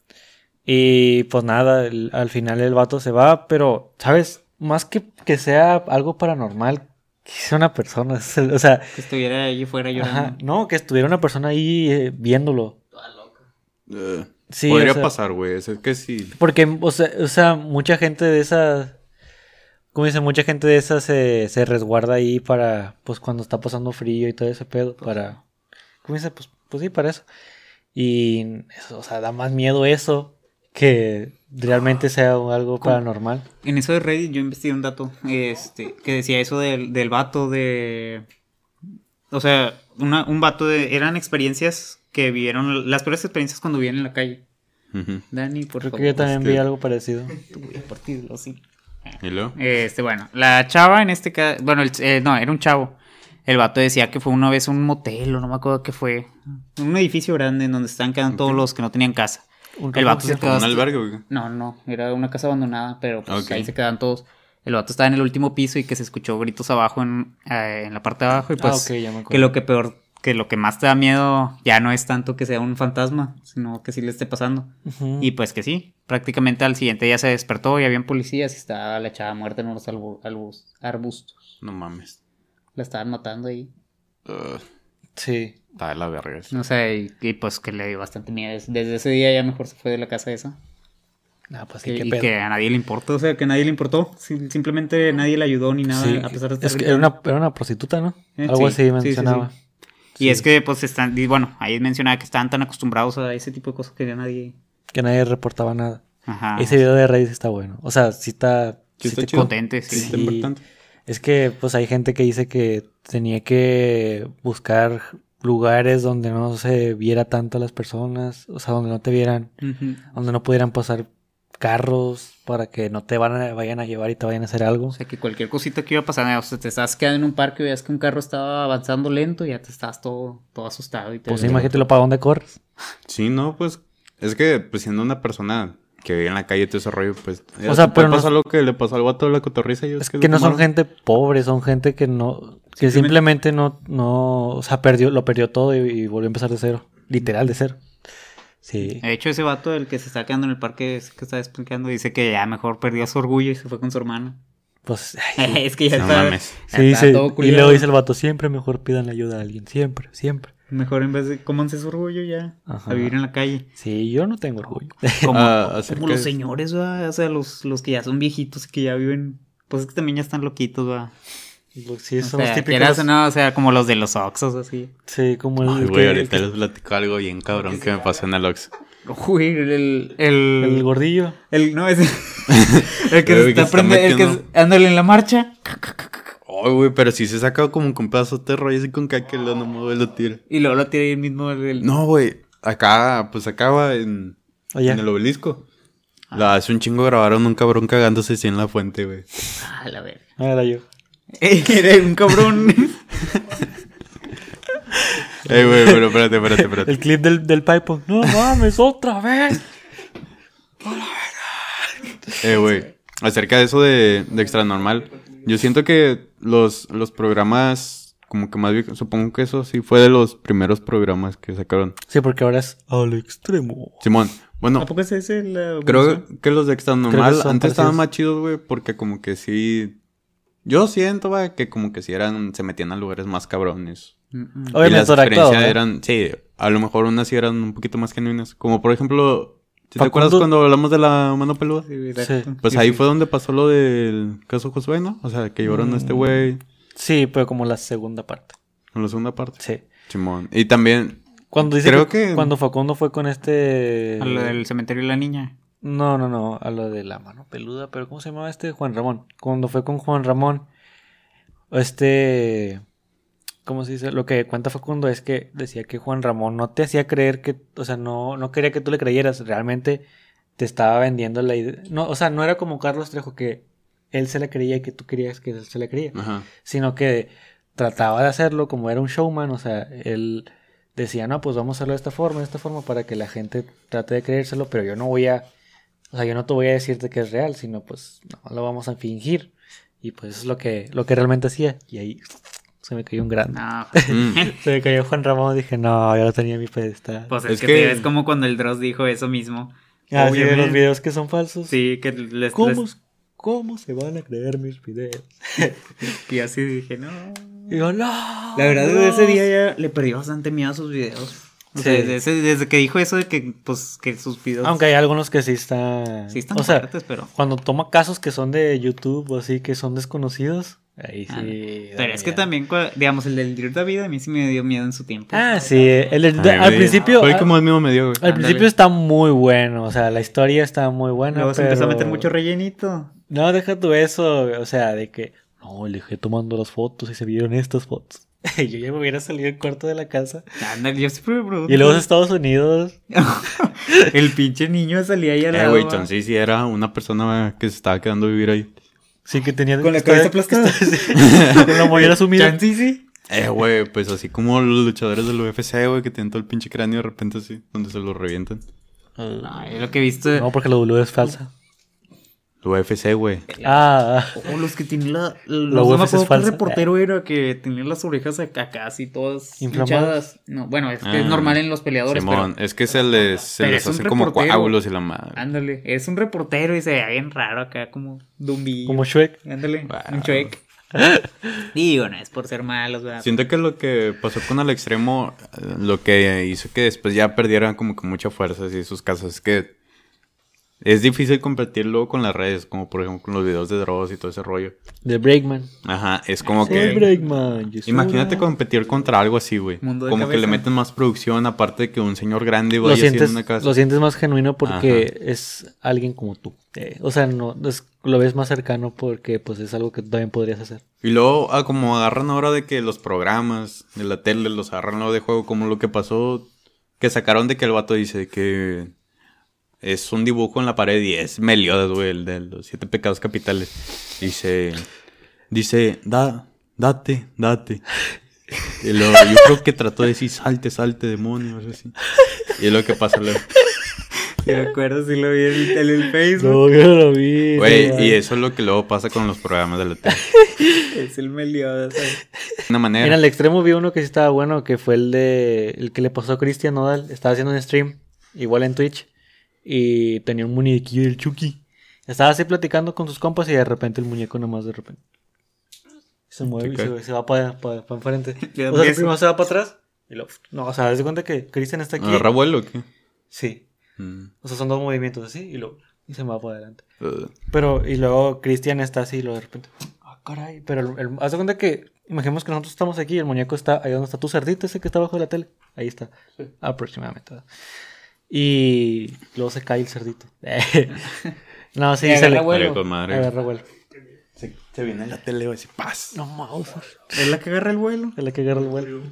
Y pues nada, el- al final el vato se va, pero, ¿sabes? Más que que sea algo paranormal, que sea una persona. es el- O sea,
Que estuviera allí fuera llorando.
ajá, no, que estuviera una persona ahí eh, viéndolo. Sí,
Eh, Podría
o sea-
pasar, güey. Es que sí.
Porque, o sea, o sea, mucha gente de esas. Como dice, mucha gente de esas se, se resguarda ahí para, pues cuando está pasando frío y todo ese pedo,
Pues
para. ¿Cómo dice? Pues, pues sí, para eso. Y, eso, o sea, da más miedo eso que realmente sea algo
¿Cómo?
paranormal.
En eso de Reddit yo investigué un dato este, que decía eso del, del vato de... O sea, una- un vato de... Eran experiencias que vivieron... Las peores experiencias cuando vivían en la calle. Dani, por
Creo
favor.
que yo también vi
este,
algo parecido.
tú, güey, por ti, lo sí.
¿Y luego?
Este, bueno, la chava en este caso... Bueno, el- eh, no, era un chavo. El vato decía que fue una vez a un motel o no me acuerdo qué fue. Un edificio grande en donde estaban quedando todos los que no tenían casa.
Un
El vato se
refugio.
quedó...
Este-
¿Un albergue, güey?
No, no, era una casa abandonada, pero pues,
Ok.
ahí se quedan todos. El vato estaba en el último piso y que se escuchó gritos abajo en, eh, en la parte de abajo y
Ah,
pues
ok, ya me acuerdo.
que lo que peor, que lo que más te da miedo ya no es tanto que sea un fantasma, sino que sí le esté pasando.
Ujú.
Y pues que sí, prácticamente al siguiente día se despertó y habían policías y estaba la chava muerta en unos albu- albus- arbustos.
No mames.
La estaban matando ahí.
Ugh,
Sí.
está de la verga. eso.
No sé, y, y, pues que le dio bastante miedo. Desde ese día ya mejor se fue de la casa esa.
Ah, pues sí,
Que,
qué
y
pedo.
que a nadie le importó, o sea, que a nadie le importó. Sim- Simplemente nadie le ayudó ni nada,
Sí,
a pesar de estar
es que era
gritando.
una, era una prostituta, ¿no?
Eh,
algo
sí,
así
sí, sí, sí.
mencionaba.
Y es que, pues, están, y bueno, ahí mencionaba que estaban tan acostumbrados a ese tipo de cosas que ya nadie.
Que nadie reportaba nada.
Ajá.
Ese video de Reddit está bueno. O sea, sí está.
Sí está
te-
chido.
Potente, sí.
Sí está importante.
Es que, pues, hay gente que dice que tenía que buscar lugares donde no se viera tanto a las personas. O sea, donde no te vieran.
Ujú.
Donde no pudieran pasar carros para que no te van a- vayan a llevar y te vayan a hacer algo.
O sea, que cualquier cosita que iba a pasar, o sea, te estás quedando en un parque y veas que un carro estaba avanzando lento y ya te estás todo, todo asustado. Y te
Pues imagínate lo para dónde corres.
Sí, no, pues. Es que, pues, siendo una persona que vive en la calle todo ese rollo, pues.
O sea, pero
puede
no-
pasar lo que le pasó al vato de la cotorriza.
Es que no son gente pobre, son gente que no. Que simplemente, no, no. O sea, perdió, lo perdió todo y, y volvió a empezar de cero. Literal, de cero. Sí.
De hecho, ese vato, el que se está quedando en el parque, ese que está explicando, dice que ya mejor perdió su orgullo y se fue con su hermano.
Pues.
es que ya
No
está.
mames.
ya
Sí,
está
dice-
todo
y
culiado.
luego dice el vato, siempre mejor pidan ayuda a alguien, siempre, siempre.
Mejor en vez de cómanse su orgullo ya.
Ajá.
A vivir en la calle.
Sí, yo no tengo orgullo.
Como,
Ah,
como
acerca
los
de-
señores, ¿verdad? O sea, los, los que ya son viejitos y que ya viven. Pues es que también ya están loquitos, ¿verdad?
Pues sí,
O
son los
sea, quieras
típicos.
o no, o sea, como los de los Oxos, así.
Sí, como el,
Ay,
el
güey,
que-
ahorita
el,
les platico algo bien cabrón que me pasó en el Ox.
Uy, el.
que- el
El.
gordillo.
el- no, ese. el que se
Güey, que
está
está
prende- El que.
metiendo-
se- Ándale en la marcha.
Ay, güey, pero si se saca como con pedazo de rollo así con caca, lo no mueve, lo tira.
Y luego lo tira ahí el mismo. El, el-
No, güey. Acá, pues acaba en,
Allá.
en el obelisco. La hace un chingo grabaron un cabrón cagándose así en la fuente, güey.
Ah, la verga.
Ah, era yo.
Era un cabrón.
Ey, güey, pero espérate, espérate, espérate.
El clip del, del Pipo. No mames, otra vez.
Eh, güey. Acerca de eso de, de extra normal. Yo siento que los, los programas, como que más viejos, supongo que eso sí fue de los primeros programas que sacaron.
Sí, porque ahora es al extremo.
Simón, bueno,
¿A poco ese es el.
creo que los de extra
Creo que
normal
son
antes
parecidos.
estaban más chidos, güey, porque como que sí Yo siento, va, que como que si eran, se metían a lugares más cabrones.
Mm, mm.
y las
Obviamente sobreactuado,
experiencias
¿verdad?
eran, sí, a lo mejor unas sí eran un poquito más genuinas. Como por ejemplo, ¿sí ¿te
Facundo-
acuerdas cuando hablamos de la mano peluda?
Sí, exacto.
Pues
Sí,
ahí
sí.
fue donde pasó lo del caso Josué, ¿no? O sea, que llevaron a este
Mm.
güey
Sí, pero como la segunda parte.
en la segunda parte.
Sí.
Simón. Y también,
Cuando dice
creo
que,
que...
cuando Facundo fue con este
A lo del cementerio de la niña.
No, no, no, a lo de la mano peluda, pero ¿cómo se llamaba este Juan Ramón? Cuando fue con Juan Ramón, este, ¿cómo se dice? Lo que cuenta Facundo es que decía que Juan Ramón no te hacía creer que, o sea, no, no quería que tú le creyeras, realmente te estaba vendiendo la idea. No, o sea, no era como Carlos Trejo que él se la creía y que tú querías que él se la creía,
Ajá.
sino que trataba de hacerlo como era un showman, o sea, él decía, no, pues vamos a hacerlo de esta forma, de esta forma, para que la gente trate de creérselo, pero yo no voy a, o sea, yo no te voy a decirte que es real, sino pues no, lo vamos a fingir. Y pues eso es lo que, lo que realmente hacía. Y ahí se me cayó un gran.
No.
Mm.
se me cayó Juan Ramón, dije, no, yo lo tenía en mi pedestal.
Pues es,
Es
que,
que-
te- es como cuando el Dross dijo eso mismo.
Ah, sí, de los
Obviamente.
videos que son falsos.
Sí, que les,
¿Cómo,
les-
¿Cómo se van a creer mis videos?
que yo así dije, no.
Y yo, no.
La verdad,
no".
desde ese día ya le perdí bastante miedo a sus videos. O sea,
Sí.
desde, ese- desde que dijo eso de que, pues, que sus videos...
Aunque hay algunos que sí están.
Sí están
o sea,
fuertes, pero-
Cuando toma casos que son de YouTube o así, que son desconocidos, ahí sí.
Ah,
da
Pero es que
miedo.
también, pues, cua- digamos, el del Drew David a mí sí me dio miedo en su tiempo.
Ah, sí, el, el-
A mí
al
me-
principio.
Fue el
ah,
al-
que más miedo me dio, güey.
Al
Ándale.
principio está muy bueno, o sea, la historia está muy buena.
Luego se empezó a meter
pero-
mucho rellenito.
No, deja tú eso, o sea, de que. No, le dejé tomando las fotos y se vieron estas fotos. yo ya me hubiera salido el cuarto de la casa.
Ándale, yo siempre me pregunto.
Y luego de Estados Unidos.
el pinche niño salía ahí al
Eh,
lado.
güey,
va.
entonces sí era una persona que se estaba quedando a vivir ahí.
Sí, que tenía.
Con la
que estaba-
cabeza aplastada.
sí, Con la mollera sumida.
Chance y sí.
Eh, güey, pues así como los luchadores del UFC, güey, que tienen todo el pinche cráneo de repente así, donde se lo revientan.
No, yo lo que he visto.
No, porque la W es falsa.
El UFC, güey.
Ah,
Oh, los que tienen la.
La
Los no me
UFC es
acuerdo qué
falsa.
reportero era que tenía las orejas acá casi todas
Inflamadas.
hinchadas. No, bueno, es que es Ah.
Ah,
normal en los peleadores.
Simón,
pero-
es que se les, se
pero
les
es un
hacen como
reportero.
coágulos y la madre.
Ándale, es un reportero y se ve bien raro acá, como dumbillo.
como Shrek.
Ándale,
Wow.
un chuec. Digo, no es por ser malos, ¿verdad?
Siento que lo que pasó con el extremo, eh, lo que hizo que después ya perdieran como que mucha fuerza así sus casos, es que es difícil competirlo con las redes, como por ejemplo con los videos de drogas y todo ese rollo.
The Breakman.
Ajá, es como
Soy
que...
Breakman. yo soy
Imagínate
una-
competir contra algo así, güey.
Mundo
Como
de
que le
cabeza.
meten más producción, aparte de que un señor grande
lo
vaya así
sientes,
en una casa.
lo sientes más genuino porque es alguien como tú. Eh, o sea, no es- lo ves más cercano porque pues es algo que tú también podrías hacer.
Y luego, ah, como agarran ahora de que los programas de la tele los agarran luego de juego, como lo que pasó, que sacaron de que el vato dice que es un dibujo en la pared y es Meliodas, güey, el de los siete pecados capitales. Dice, dice, da, date, date. Y luego, yo creo que trató de decir, salte, salte, demonio, algo así. Y es lo que pasa luego.
Si me acuerdo si lo vi en el, en el Facebook.
No, yo lo vi.
Güey, y eso es lo que luego pasa con los programas de la tele.
Es el Meliodas. ¿sabes?
De una manera.
En el extremo vi uno que sí estaba bueno, que fue el de el que le pasó a Cristian Nodal. Estaba haciendo un stream, igual en Twitch, y tenía un muñequillo del Chucky. Estaba así platicando con sus compas y de repente el muñeco nomás de repente se mueve y se, se va para enfrente.
Le da
O sea,
beso.
primero se va para atrás y luego, no, o sea, haz de cuenta que Cristian está aquí.
¿Agarra vuelo o qué?
Sí.
Mm.
O sea, son dos movimientos así y luego y se me va para adelante.
Uh.
Pero, y luego Cristian está así y luego de repente, ah, caray. Pero, el, el- haz de cuenta que, imaginemos que nosotros estamos aquí y el muñeco está ahí donde está tu cerdito ese que está abajo de la tele. Ahí está, aproximadamente. ¿verdad? Y luego se cae el cerdito. no, sí,
Y
se
agarra
le
vuelo.
Vale, con madre.
agarra vuelo.
Se, se viene en la tele, güey, así, paz.
No, Mauser.
Es la que agarra el vuelo.
Es la que agarra el vuelo.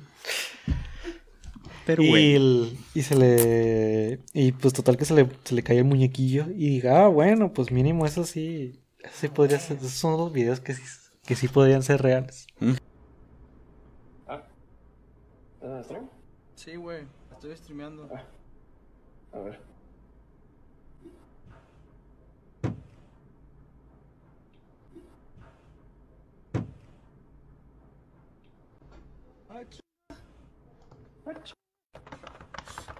Pero
y,
bueno.
el- y se le. Y pues total que se le, se le cae el muñequillo. Y diga, ah, bueno, pues mínimo eso sí. eso sí podría ser. Esos son los videos que sí, que sí podrían ser reales.
Sí, güey, estoy streameando.
A ver.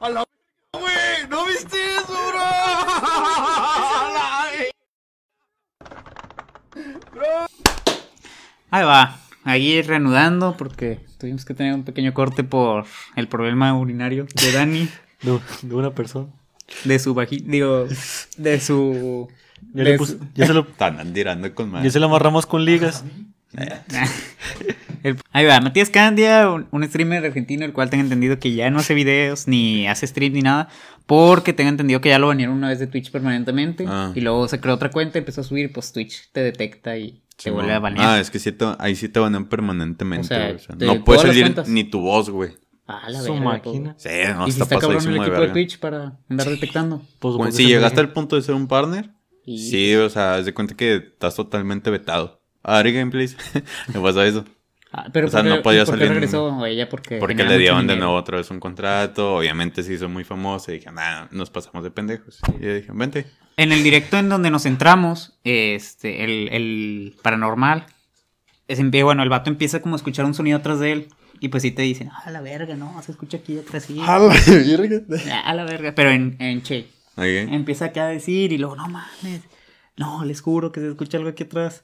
¡A la verga, güey! ¡No viste eso, bro! ¡A la verga! ¡Bro!
Ahí va. Ahí reanudando porque tuvimos que tener un pequeño corte por el problema urinario de Dani.
De, de una persona.
De su vagina. Digo, de su.
Yo, le puse- yo se lo,
Están tirando con madre.
yo Ah. se lo amarramos con ligas.
El- Ahí va, Matías Candia, un, un streamer argentino, el cual tengo entendido que ya no hace videos, ni hace stream, ni nada, porque tengo entendido que ya lo banearon una vez de Twitch permanentemente,
Ah.
y luego se creó otra cuenta, empezó a subir, pues Twitch te detecta y te
Simón.
vuelve a banear.
Ah, es que sí te- ahí sí te banean permanentemente.
O sea,
güey. O sea,
de
no puede
todas las
salir
cuentas.
ni tu voz, güey.
Ah, la
Su
verga,
máquina.
pues.
Sí, no,
y si
está
está cabrón el
pasadísimo de
equipo de
verga.
Twitch para andar detectando.
Pues,
Bueno,
pues,
si
esa
llegaste
verga.
al punto de ser un partner,
Y-
sí, o sea, haz de cuenta que estás totalmente vetado. A ver, gameplays, me pasa eso.
Ah, pero
o sea,
¿por qué-
no podía
por qué
salir. ni-
regresó, güey? Ya porque tenía
le
mucho
dieron de
dinero.
nuevo otra vez un contrato. Obviamente se hizo muy famoso y dije, nada, nos pasamos de pendejos. Y yo dije, vente.
En el directo en donde nos entramos, este, el, el paranormal, es, en- bueno, el vato empieza como a escuchar un sonido atrás de él, y pues sí te dicen, ah, la verga, no, se escucha aquí atrás. sí".
Ah,
A la verga.
Ah, A la verga, pero en, en che.
Ok.
Empieza acá a decir y luego, no mames, no, les juro que se escucha algo aquí atrás.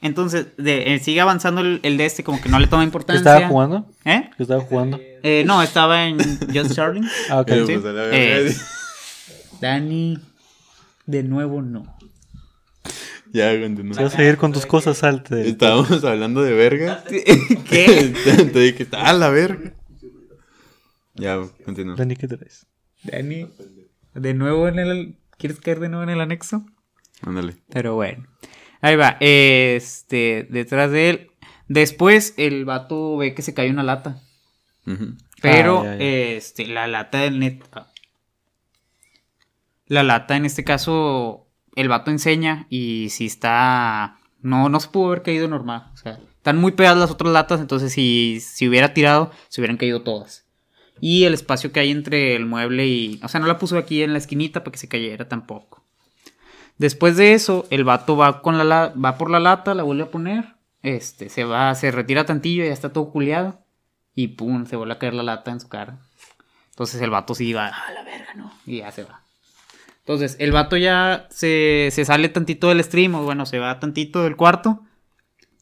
Entonces, de- eh, sigue avanzando el, el de este, como que no le toma
¿Qué
importancia.
estaba jugando?
¿Eh?
¿Qué estaba jugando?
Eh, no, estaba en Just Charlie.
Ah, ok.
Eh,
Sí.
pues, a la verga.
Eh, Dani, de nuevo no.
Ya, güey, no.
Si vas a ir con tus cosas, salte. del-
Estábamos hablando de verga.
¿Qué?
te te dije, a la verga. Ya, güey, continúa.
Dani, ¿qué traes?
Dani, de nuevo en el... ¿Quieres caer de nuevo en el anexo?
Ándale.
Pero bueno. Ahí va. Este, detrás de él. Después el vato ve que se cayó una lata.
Ujú.
Pero,
Ah, ya, ya.
este, la lata del neta. La lata, en este caso, el vato enseña y si está. No, no se pudo haber caído normal. O sea, están muy pegadas las otras latas, entonces si, si hubiera tirado, se hubieran caído todas. Y el espacio que hay entre el mueble y. O sea, no la puso aquí en la esquinita para que se cayera tampoco. Después de eso, el vato va, con la, la- va por la lata, la vuelve a poner. Este, se va, se retira tantillo, ya está todo culeado. Y pum, se vuelve a caer la lata en su cara. Entonces el vato sí va, a la verga, no. Y ya se va. Entonces el vato ya se, se sale tantito del stream, o bueno, se va tantito del cuarto.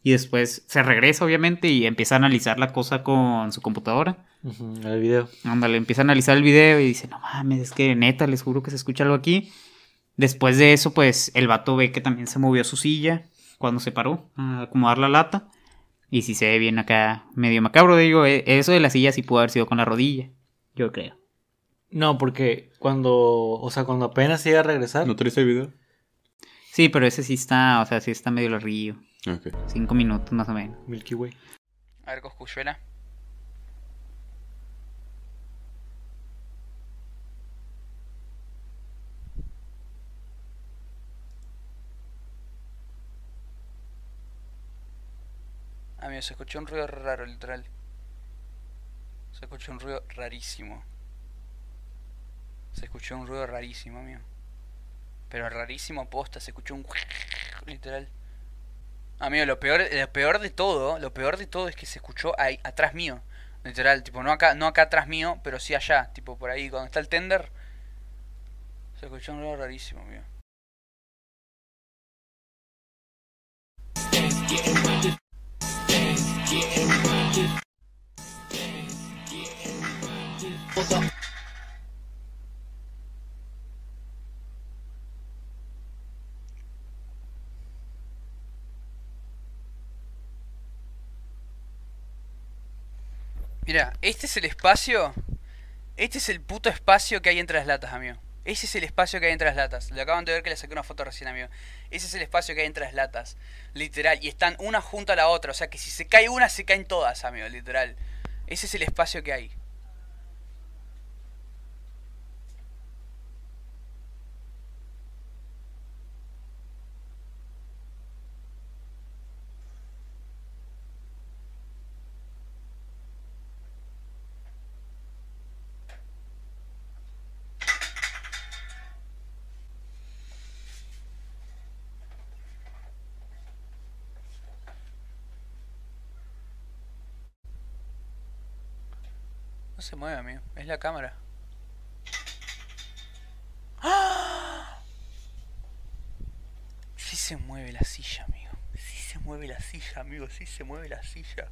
Y después se regresa, obviamente, y empieza a analizar la cosa con su computadora.
Ujú, el video.
Ándale, empieza a analizar el video y dice, no mames, es que neta, les juro que se escucha algo aquí. Después de eso, pues el vato ve que también se movió su silla cuando se paró a acomodar la lata. Y si se ve bien acá, medio macabro, digo, e- eso de la silla sí pudo haber sido con la rodilla, yo creo.
No, porque cuando, o sea, cuando apenas iba a regresar,
¿No traes el video?
Sí, pero ese sí está, o sea, sí está medio larguillo.
Ok.
Cinco minutos más o menos.
Milky Way.
A ver, Coscuchuela.
Amigo, se escuchó un ruido raro, literal. Se escuchó un ruido rarísimo. Se escuchó un ruido rarísimo, amigo. Pero rarísimo aposta, se escuchó un literal. Amigo, lo peor, lo peor de todo, lo peor de todo es que se escuchó ahí, atrás mío. Literal, tipo, no acá, no acá atrás mío, pero sí allá, tipo por ahí, cuando está el tender. Se escuchó un ruido rarísimo, amigo. Mira, este es el espacio. Este es el puto espacio que hay entre las latas, amigo. Ese es el espacio que hay entre las latas. Lo acaban de ver que le saqué una foto recién, amigo. Ese es el espacio que hay entre las latas. Literal. Y están una junto a la otra. O sea que si se cae una, se caen todas, amigo. Literal. Ese es el espacio que hay. No se mueve, amigo. Es la cámara. ¡Ah! Sí se mueve la silla, amigo. Sí se se mueve la silla, amigo, sí se mueve la silla.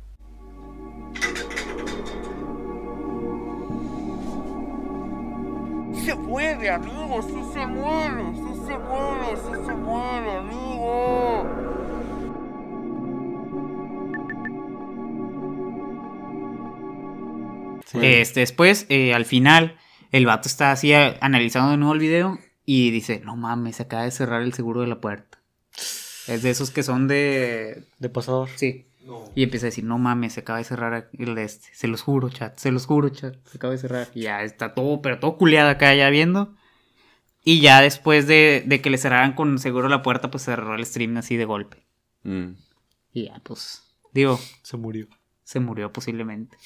Se mueve, amigo, sí se mueve, sí se mueve, sí se mueve, amigo.
Este, después, eh, al final, el vato está así a- analizando de nuevo el video y dice, no mames, se acaba de cerrar el seguro de la puerta. Es de esos que son de...
De pasador.
Sí.
No.
Y empieza a decir, no mames, se acaba de cerrar el de este. Se los juro, chat, se los juro, chat. Se acaba de cerrar. Y ya está todo, pero todo culeado acá ya viendo. Y ya después de, de que le cerraran con seguro la puerta, pues cerró el stream así de golpe.
Mm.
Y ya, pues, digo...
Se murió.
Se murió posiblemente.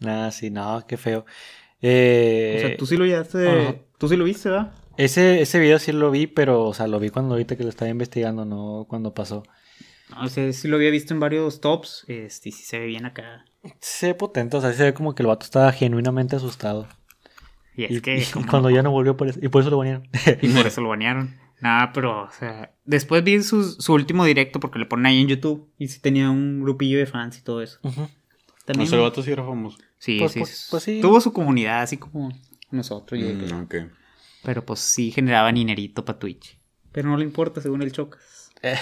Nada, sí, no, qué feo. Eh,
o sea, tú sí lo llevaste-
ajá.
Tú sí lo viste, ¿verdad?
Ese, ese video sí lo vi, pero, o sea, lo vi cuando ahorita que lo estaba investigando, no cuando pasó.
No, o sea, sí lo había visto en varios tops. Este, y sí se ve bien acá.
Se ve potente, o sea, se ve como que el vato estaba genuinamente asustado.
Y es que,
y
como-
cuando ya no volvió por eso, y por eso lo banearon.
Y por eso lo banearon. Nada, pero, o sea. Después vi su, su último directo porque le ponen ahí en YouTube. Y sí tenía un grupillo de fans y todo eso.
No sé, el vato sí era famoso.
Sí,
Pues,
sí,
pues,
sí.
pues sí.
Tuvo su comunidad, así como nosotros. Pues yo
Mm,
creo.
ok.
Pero pues sí generaba dinerito para Twitch. Pero no le importa según el Chocas.
Eh,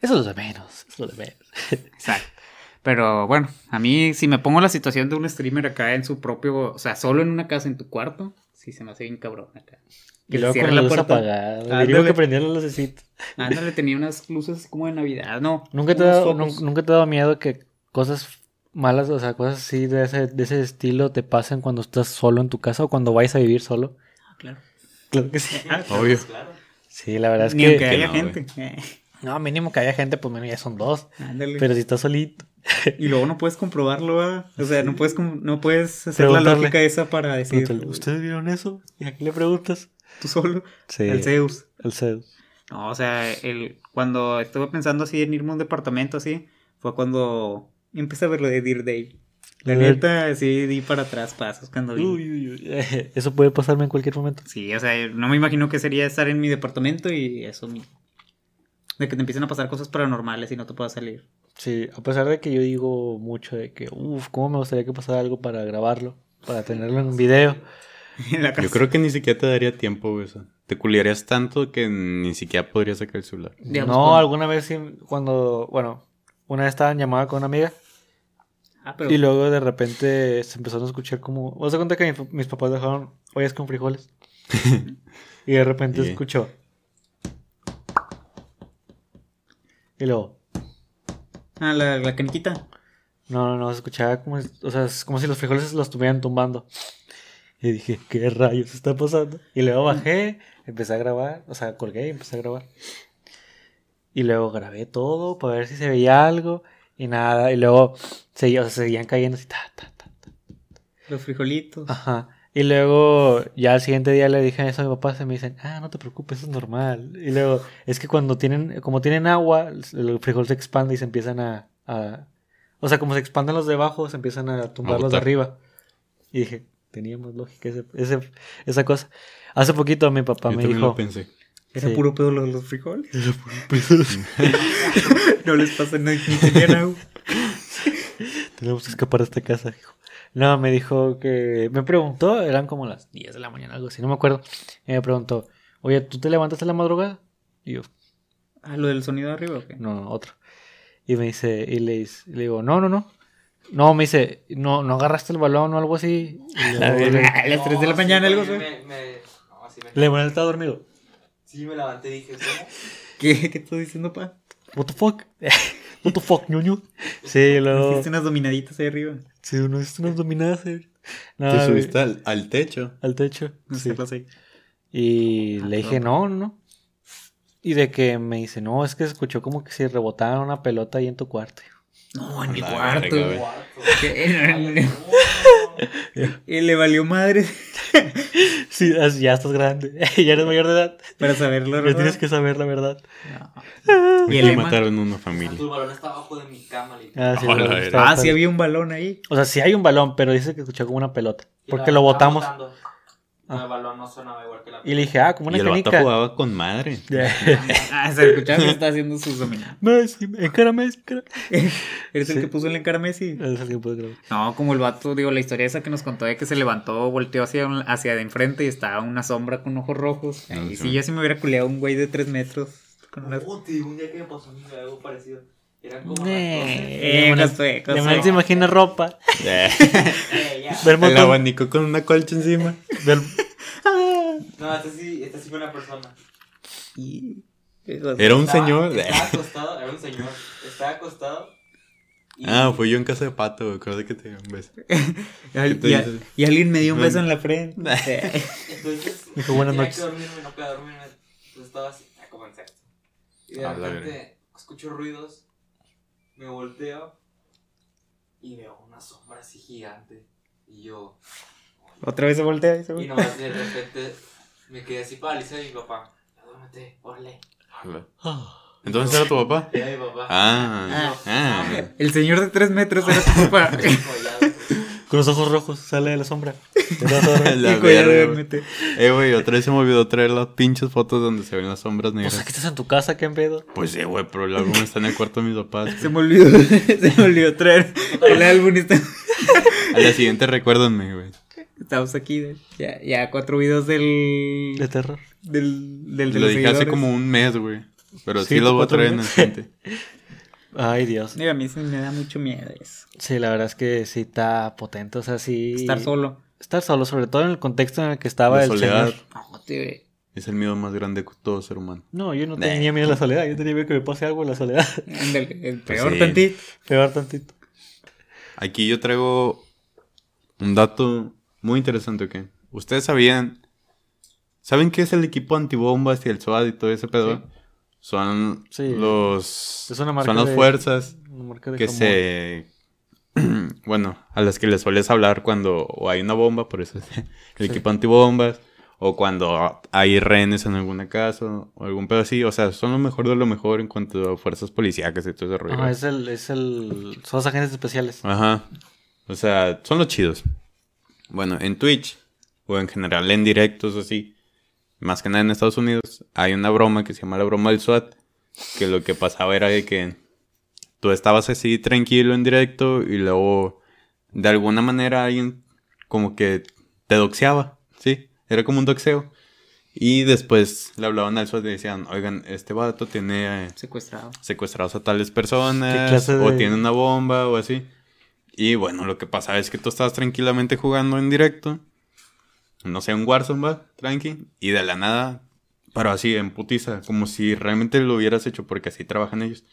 Eso es lo de menos, eso es lo de menos.
Exacto. Pero bueno, a mí, si me pongo la situación de un streamer acá en su propio. O sea, solo en una casa, en tu cuarto. Sí, se me hace bien cabrón acá.
Y luego
cierre
con la luz apagada.
Ah,
Le digo que prendieron la lucecita.
Ándale, tenía unas luces como de Navidad, no.
¿Nunca te, ha
unos
dado,
focos.
nun- nunca te ha dado miedo que cosas malas, o sea, cosas así de ese, de ese estilo te pasen cuando estás solo en tu casa o cuando vais a vivir solo?
claro.
Claro que sí.
Ah, claro, Obvio. claro.
Sí, la verdad es
Ni
que.
aunque haya Que no, gente. güey.
No, mínimo que haya gente, pues menos ya son dos.
Ándale.
Pero si estás solito.
Y luego no puedes comprobarlo, ¿va? O sea, no puedes, com- no puedes hacer la
Preguntarle.
lógica esa para decir.
Pregúntale, ¿Ustedes vieron eso? ¿Y a quién le preguntas?
¿Tú solo?
Sí.
Al Zeus.
El Zeus.
No, o sea, el, cuando estuve pensando así en irme a un departamento así, fue cuando empecé a ver lo de Dear Dave. La
Uy.
neta, sí di para atrás pasos cuando vi.
Uy, uy, uy. Eso puede pasarme en cualquier momento.
Sí, o sea, no me imagino que sería estar en mi departamento y eso. mi- De que te empiecen a pasar cosas paranormales y no te puedas salir.
Sí, a pesar de que yo digo mucho de que, uff, cómo me gustaría que pasara algo para grabarlo, para tenerlo en un video.
Yo creo que ni siquiera te daría tiempo, güey. o sea, Te culiarías tanto que ni siquiera podrías sacar el celular.
Digamos,
no,
con-
alguna vez sí, cuando, bueno, una vez estaba en llamada con una amiga
Ah, pero-
y luego de repente se empezaron a escuchar como, ¿vos te cuenta que mi- mis papás dejaron ollas con frijoles? y de repente
Sí.
escuchó. Y luego,
Ah, la, la caniquita.
no, no, no, se escuchaba como, si- o sea, es como si los frijoles los estuvieran tumbando. Y dije, ¿qué rayos está pasando? Y luego bajé, empecé a grabar, o sea, colgué y empecé a grabar. Y luego grabé todo para ver si se veía algo y nada. Y luego seguía- o sea, seguían cayendo así, ta, ta, ta.
Los frijolitos.
Ajá. Y luego ya al siguiente día le dije eso a mi papá, se me dicen, ah, no te preocupes, eso es normal. Y luego, es que cuando tienen, como tienen agua, el frijol se expande y se empiezan a, a- o sea, como se expanden los de abajo, se empiezan a tumbar los de
botar.
arriba. Y dije, teníamos lógica ese- ese- esa cosa. Hace poquito mi papá
Yo
me
también
dijo...
lo pensé.
Era
Sí.
puro pedo los, los frijoles.
Era puro pedo.
no les pasa nada, ni tenían agua.
Tenemos que escapar de esta casa, dijo. No, me dijo que. Me preguntó, eran como las 10 de la mañana, algo así, no me acuerdo. Y me preguntó, oye, ¿tú te levantaste en la madrugada? Y yo,
Ah, lo del sonido de arriba, ¿o qué?
no, no, otro. Y me dice, y le, dice- le digo, no, no, no. No, me dice, no, no agarraste el balón o algo así. Y
La
luego
verga,
le-
a las 3 de la
sí,
mañana, algo
me-
así.
me- me- no, sí me-
Le bueno, estaba dormido.
Sí, me levanté y dije, ¿cómo?
¿Qué, ¿Qué estás diciendo, pa?
What the fuck? What the fuck, ñoño? Sí,
Nos
luego.
Hiciste unas dominaditas ahí arriba.
Sí, uno es unas dominadas. eh. No,
Te
güey.
subiste al, al techo.
Al techo.
No
sí.
sé, clase.
Y le dije, no,
claro.
no, no. Y de que me dice, no, es que se escuchó como que si rebotaban una pelota ahí en tu cuarto.
No, en mi
La
cuarto.
verga, güey.
Que- y le valió madre.
Sí, as- ya estás grande, ya eres mayor de edad.
Para saberlo,
Ya
¿verdad?
tienes que saber la verdad.
Y
Y el
le
Emma.
mataron una familia.
Tu balón está abajo de mi cama, le dije.
Ah, sí,
A la
no,
verga.
estaba-
Ah, sí había un balón ahí.
O sea, sí hay un balón, pero dice que escuchó como una pelota.
Y
Porque
la-
lo
la
botamos. Ah.
botando. No, el balón no sonaba igual que la
Y le dije, ah, como una
Y el vato
canica.
jugaba con madre.
Ah, se escuchaba que está haciendo sus dominadas.
Messi, encara Messi, encara.
¿Eres el que puso el encara Messi?
Es el que puso el
No, como el vato, digo, la historia esa que nos contó de que se levantó, volteó hacia, un- hacia de enfrente y estaba una sombra con ojos rojos.
Ah,
y
sí.
si yo sí me hubiera culeado un güey de tres metros. Con una...
Uy, te digo, un día que me pasó a mí algo parecido. Eran como las
Eh,
Lemonade-
Josué, Josué.
Lemonade se imagina ropa.
Eh.
Ver
el
montón-
abanico con una colcha encima.
doce. No, esta sí, esta sí fue una persona.
Era un
Estaba-
señor.
Estaba acostado, era un señor. Estaba acostado.
Ah, fui yo en casa de pato, güey. Acuérdate que te dio un beso. ¿Qué te
y a-
dices?
y alguien me dio un beso en la
Eh.
frente.
Entonces,
Dijo, "Buenas
tenía
noches".
que dormirme, no podía dormirme. Entonces estaba así, a comenzar. Y de
A Ah, la
repente escucho ruidos, me volteo y veo una sombra así gigante. Y yo,
Otra vez se voltea. y se
y
voltea.
nomás de repente me quedé así paralizado y mi papá, "Ya duérmete, órale.
Entonces era tu papá.
Era mi papá.
Ah,
No.
ah.
El señor de tres metros era su papá.
Con los ojos rojos, sale de la sombra.
La
Hijo, ya
verga, güey.
duérmete.
Eh, güey, otra vez se me olvidó traer las pinches fotos donde se ven las sombras
O
negras.
sea, que estás en tu casa, qué pedo.
Pues sí, güey, pero el álbum está en el cuarto de mis papás.
Se me olvidó, se me olvidó traer el álbum. y está-
A la siguiente recuérdenme, güey.
Estamos aquí, de- ya, ya cuatro videos del...
De terror.
Del, del de
Lo
los
dije hace
seguidores.
como un mes, güey. Pero sí,
Sí,
lo voy a
cuatro
traer en el
meses.
siguiente.
Ay, Dios.
Digo, a mí sí me da mucho miedo eso.
Sí, la verdad es que sí está potente, o sea, sí.
Estar solo.
Estar solo, sobre todo en el contexto en el que estaba
La
el
soledad.
señor.
No, te-
Es el miedo más grande que todo ser humano.
No, yo no
Nah.
tenía miedo a la soledad, yo tenía miedo que me pase algo en la soledad.
ándale, el
Pues
peor
sí.
tantito.
Peor tantito.
Aquí yo traigo un dato muy interesante, ¿qué? Ustedes sabían. ¿Saben qué es el equipo antibombas y el SWAT y todo ese pedo? Son
Sí.
los.
Es una marca
son las
de-
fuerzas
una marca de
que
jamón.
se. bueno, a las que les sueles hablar cuando o hay una bomba, por eso es el equipo antibombas. O cuando hay rehenes en alguna casa o algún pedo así. O sea, son lo mejor de lo mejor en cuanto a fuerzas policíacas y todo ese rollo.
Ajá, Ah, es el, es el. Son los agentes especiales.
Ajá. O sea, son los chidos. Bueno, en Twitch o en general en directos así, más que nada en Estados Unidos, hay una broma que se llama la broma del SWAT, que lo que pasaba era de que tú estabas así tranquilo en directo y luego de alguna manera alguien como que te doxeaba, ¿sí? Era como un doxeo. Y después le hablaban al SWAT y decían, oigan, este vato tiene... eh,
Secuestrado.
Secuestrados a tales personas
¿Qué clase
o
de-
tiene una bomba o así. Y bueno, lo que pasa es que tú estabas tranquilamente jugando en directo. No sé, un Warzone va, tranqui. Y de la nada, pero así en putiza, como si realmente lo hubieras hecho porque así trabajan ellos.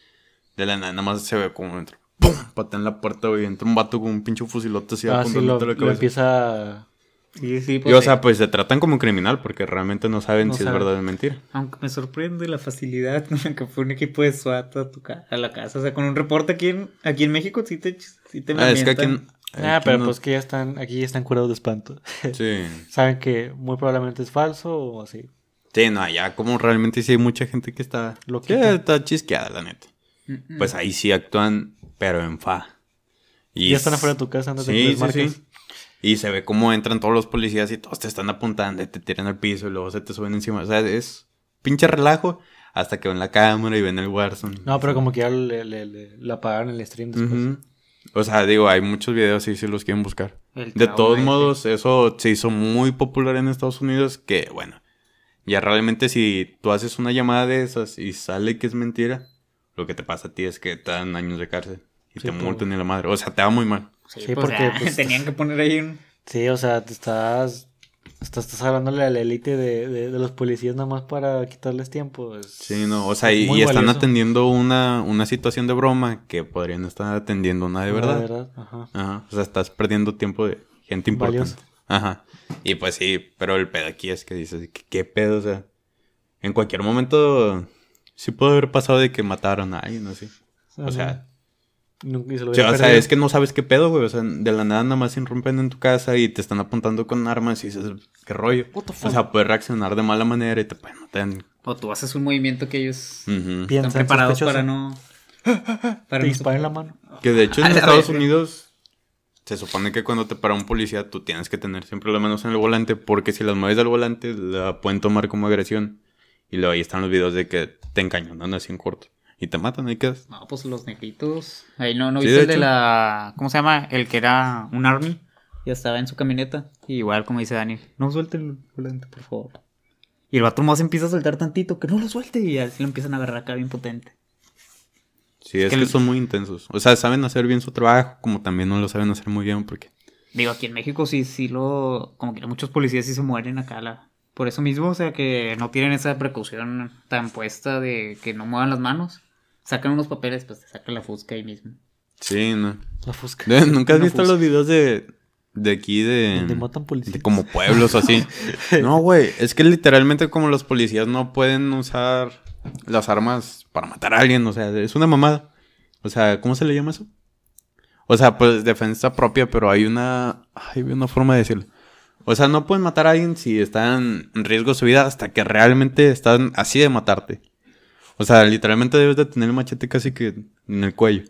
De la nada, nada más se ve como entra. ¡Pum! Pata en la puerta, güey. Entra un vato con un pinche fusilote así
Ah, sí,
apuntándote
lo,
a la
lo
cabeza.
empieza.
Sí, sí,
Y
pues,
o
eh,
sea, pues se tratan como criminal porque realmente no saben
No
si
saben.
es verdad o es mentira.
Aunque me sorprende la facilidad con la que fue un equipo de SWAT a, tu ca- a la casa. O sea, con un reporte aquí en, aquí en México sí te, sí te
Ah, es que aquí
mientan.
en-
Ah,
aquí
pero
no-
pues que ya están. Aquí ya están curados de espanto.
Sí.
Saben que muy probablemente es falso o así.
Sí, no, allá como realmente sí hay mucha gente que está
Loquita.
que está chisqueada, la neta.
Mm-mm.
Pues ahí sí actúan, pero en fa.
Ya están afuera de tu casa antes de que
sí,
les
sí,
marques.
sí. Y se ve cómo entran todos los policías y todos te están apuntando, y te tiran al piso y luego se te suben encima. O sea, es pinche relajo hasta que ven la cámara y ven el Warzone.
No, pues, pero como que ya le, le- le- le apagaron el stream después.
Ujú. O sea, digo, hay muchos videos y si los quieren buscar.
El
De
trauma
todos
ese.
modos, eso se hizo muy popular en Estados Unidos que, bueno, ya realmente si tú haces una llamada de esas y sale que es mentira, lo que te pasa a ti es que te dan años de cárcel y
Sí,
te
pues.
multan y la madre. O sea, te va muy mal.
Sí, pues, ya, tenían que poner ahí un...
Sí, o sea, te estás. Estás, estás hablándole a la élite de, de- de los policías nada más para quitarles tiempo. es-
Sí, no, o sea, y,
muy
y están
valioso.
atendiendo una, una situación de broma que podrían estar atendiendo una de
Una de
verdad.
verdad, ajá.
O sea, estás perdiendo tiempo de gente importante.
Valioso.
Ajá. Y pues sí, pero el pedo aquí es que dices, ¿qué, qué pedo? O sea, en cualquier momento sí puede haber pasado de que mataron a alguien, así. O
Ajá.
sea,
Nunca- y se lo
Sí,
hubiera
o sea,
perdido.
es que no sabes qué pedo, güey. O sea, de la nada nada más irrumpen en tu casa y te están apuntando con armas y dices, qué rollo. O sea, puedes reaccionar de mala manera y te pueden matar.
O tú haces un movimiento que ellos
Ujú.
están
Piensan
preparados
sospechoso.
para no...
Te disparan la mano.
Que de hecho en
A la
Estados
verga.
Unidos Se supone que cuando te para un policía, tú tienes que tener siempre las manos en el volante, porque si las mueves del volante, la pueden tomar como agresión. Y luego ahí están los videos de que te encañonan así en corto. Y te matan, ahí quedas.
No, pues los negritos. Ahí no, no
Sí,
viste
de
el de
hecho.
la. ¿Cómo se llama? El que era un army. Ya estaba en su camioneta. Igual, como dice Daniel, no suelten el volante, por favor. Y el vato más empieza a soltar tantito, que no lo suelte. Y así lo empiezan a agarrar acá bien potente.
Sí, es, que, son muy intensos. O sea, saben hacer bien su trabajo, como también no lo saben hacer muy bien, porque
Digo, aquí en México sí, sí lo. Como que muchos policías sí se mueren acá. la- Por eso mismo, o sea, que no tienen esa precaución tan puesta de que no muevan las manos. Sacan unos papeles, pues te sacan la fusca ahí mismo.
Sí, no.
La fusca.
De- ¿Nunca has
Una
visto
fusca.
los videos de, de aquí de...
Donde matan policías.
de como pueblos o así. no, güey. Es que literalmente como los policías no pueden usar las armas para matar a alguien. O sea, es una mamada. O sea, ¿cómo se le llama eso? O sea, pues defensa propia, pero hay una... Hay una forma de decirlo. O sea, no pueden matar a alguien si están en riesgo su vida hasta que realmente están así de matarte. O sea, literalmente debes de tener el machete casi que en el cuello.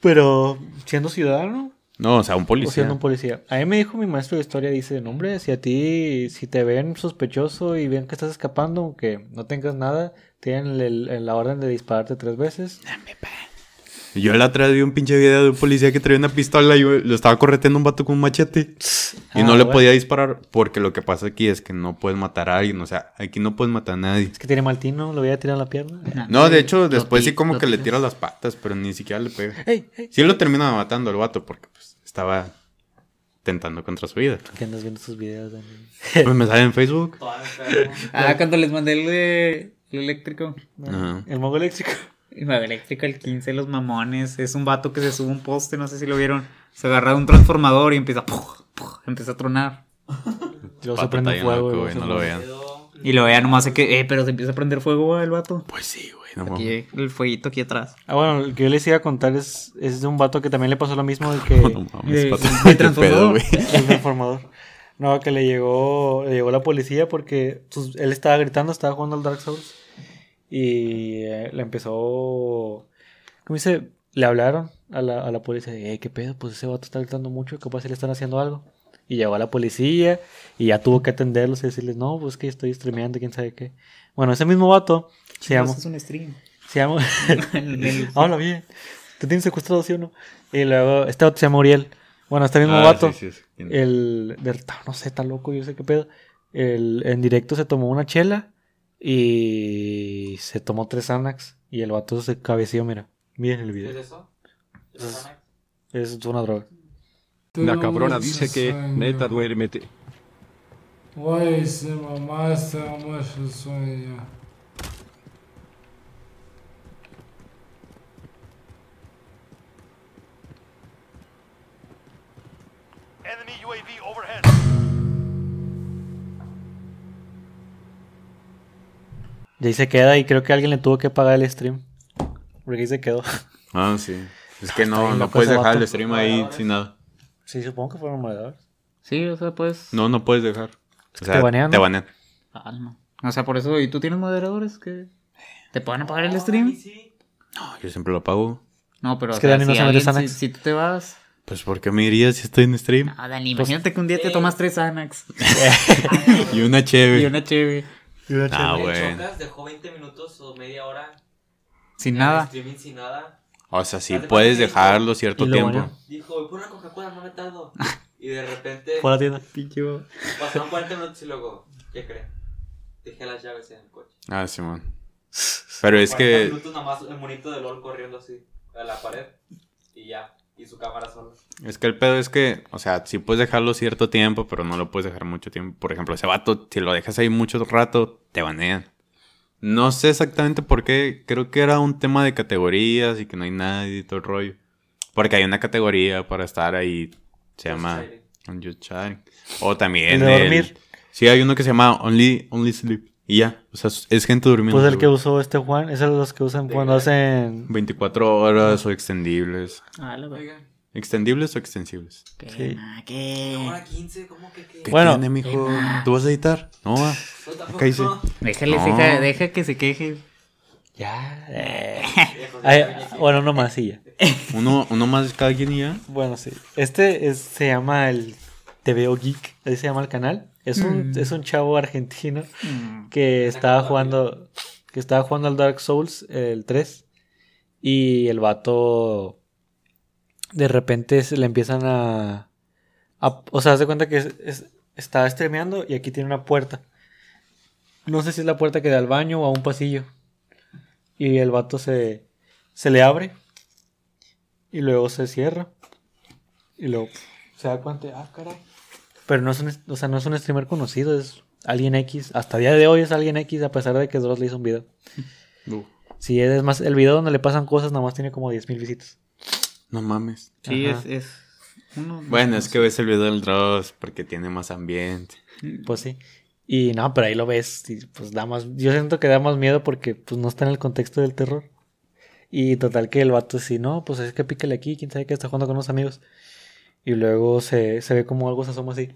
Pero siendo ciudadano.
No, o sea, un
O
policía.
siendo un policía. A mí me dijo mi maestro de historia, dice, no hombre, si a ti, si te ven sospechoso y ven que estás escapando, aunque no tengas nada, tienen el- el- la orden de dispararte tres veces.
Yo la otra vez vi un pinche video de un policía que traía una pistola y lo estaba correteando un vato con un machete. Y
Ah,
no le
bueno.
podía disparar porque lo que pasa aquí es que no puedes matar a alguien. O sea, aquí no puedes matar a nadie.
Es que tiene mal tino, lo voy a tirar en la pierna.
No, de hecho, después sí como que le tira las patas, pero ni siquiera le pega.
Ey, ey.
Sí lo termina matando el vato porque pues, estaba tentando contra su vida.
Que andas viendo sus videos, Dani?
Pues me sale en Facebook.
Ah, cuando les mandé el, de- el eléctrico.
Ajá.
El mago eléctrico.
El mago eléctrico, el 15, los mamones. Es un vato que se sube a un poste, no sé si lo vieron. Se agarra de un transformador y empieza, puf, puf, empieza a tronar.
Y luego se Vato prende está bien fuego, loco, y güey, luego se no lo
vean.
Y lo vean nomás, es que, eh, pero se empieza a prender fuego güey, el vato.
Pues sí, güey.
aquí, el fueguito aquí atrás.
Ah, bueno, el que yo les iba a contar es, es de un vato que también le pasó lo mismo de que...
No mames,
Eh,
pato,
el
qué pedo, güey.
El transformador. No, que le llegó, le llegó la policía porque sus- él estaba gritando, estaba jugando al Dark Souls. Y eh, le empezó... ¿Cómo dice? Le hablaron a la, a la policía. Eh, ¿qué pedo? Pues ese vato está gritando mucho, capaz si le están haciendo algo. Y llegó la policía y ya tuvo que atenderlos y decirles, no, pues que estoy streameando, quién sabe qué. Bueno, ese mismo vato se
Chicos,
llama...
es un stream.
Se llama...
El- el-
Habla bien. Te tienen secuestrado, ¿sí o no? Y luego, este vato se llama Uriel. Bueno, este mismo
Ah,
vato.
sí, sí, sí.
El del- no sé, está loco, yo sé qué pedo. El, en directo se tomó una chela y se tomó tres Anax. Y el vato se cabeció, mira. Miren el video.
¿Qué es eso?
Es, es una droga.
La cabrona dice que, neta, duérmete.
Güey, se mamaste, mamá, yo sueño.
Y ahí se queda y creo que alguien le tuvo que pagar el stream. Porque ahí se quedó.
Ah, sí. Es que
Está
no,
bien
no
loco
puedes
ese
dejar el
vato.
stream ahí sin nada.
Sí, supongo que fueron moderadores.
Sí, o sea, pues.
No, no puedes dejar.
que te banean,
Te
¿no?
banean.
Alma. O sea, por eso, ¿y tú tienes moderadores que te puedan apagar el stream?
Yo siempre lo pago.
No, pero
Es
o
que
sea,
Dani no
si,
sabe de
alguien-
Xanax.
si, si tú te vas.
Pues porque me iría si estoy en stream.
Ah, Dani, imagínate que un día te tomas tres Anax.
Y una cheve.
Y una cheve.
Ah,
El
bueno.
Chocas dejó 20 minutos o media hora.
Sin
en
nada.
Streaming sin nada.
O sea, sí
Haz de
puedes
cuenta que
dejarlo
dijo-
cierto tiempo.
Dijo, voy por una Coca-Cola, no me tardo. Y de repente.
Fue a la tienda.
Pinche bobo.
Pasaron 40 minutos y luego, ¿qué creen? Dejé las llaves en el coche.
Ah, Simón. Pero es
40
que
minutos nomás el monito de LOL corriendo así a la pared. Y ya. Y su cámara sola.
es que el pedo es que, o sea, sí puedes dejarlo cierto tiempo, pero no lo puedes dejar mucho tiempo. Por ejemplo, ese vato, si lo dejas ahí mucho rato, te banean. No sé exactamente por qué, creo que era un tema de categorías y que no hay nadie y todo el rollo. Porque hay una categoría para estar ahí, se llama On Your Child. O también
El de
el-
dormir.
sí, hay uno que se llama Only, Only Sleep. Y ya, o sea, es gente durmiendo.
Pues el
güey.
que usó este Juan, esos son los que usan cuando hacen
24 horas o extendibles.
Ah, la verdad.
¿Extendibles o extensibles?
Sí.
Ahora 15, ¿cómo que qué?
¿Qué
Bueno.
tiene, mijo? ¿Tú vas a editar? No, va. Acá dice.
Déjale,
No.
deja, deja que se queje.
Ya. Ay, eh. bueno, no más, sí, ya.
Uno, uno más de cada quien y ya.
Bueno, sí. Este es- se llama el Te Veo Geek. Así se llama el canal. Es un,
Mm.
es un chavo argentino
Mm.
que estaba jugando. Que estaba jugando al Dark Souls, el 3. Y el vato. De repente se le empiezan a. a- o sea, haz de cuenta que es- es- está streameando y aquí tiene una puerta. No sé si es la puerta que da al baño o a un pasillo. Y el vato se, se le abre. Y luego se cierra. Y luego pf, se da cuenta. Ah, caray. Pero no es, un, o sea, no es un streamer conocido, es alguien X. Hasta el día de hoy es alguien X, a pesar de que Dross le hizo un video.
Uh.
Sí, es más, el video donde le pasan cosas nada más tiene como 10.000 visitas.
No mames.
Sí,
Ajá.
es, es uno.
Bueno, es que ves el video del Dross porque tiene más ambiente.
Pues sí. Y no, pero ahí lo ves. Y pues da más. Yo siento que da más miedo porque pues no está en el contexto del terror. Y total que el vato sí, no, pues es que pícale aquí, quién sabe que está jugando con unos amigos. Y luego se, se ve como algo se asoma así.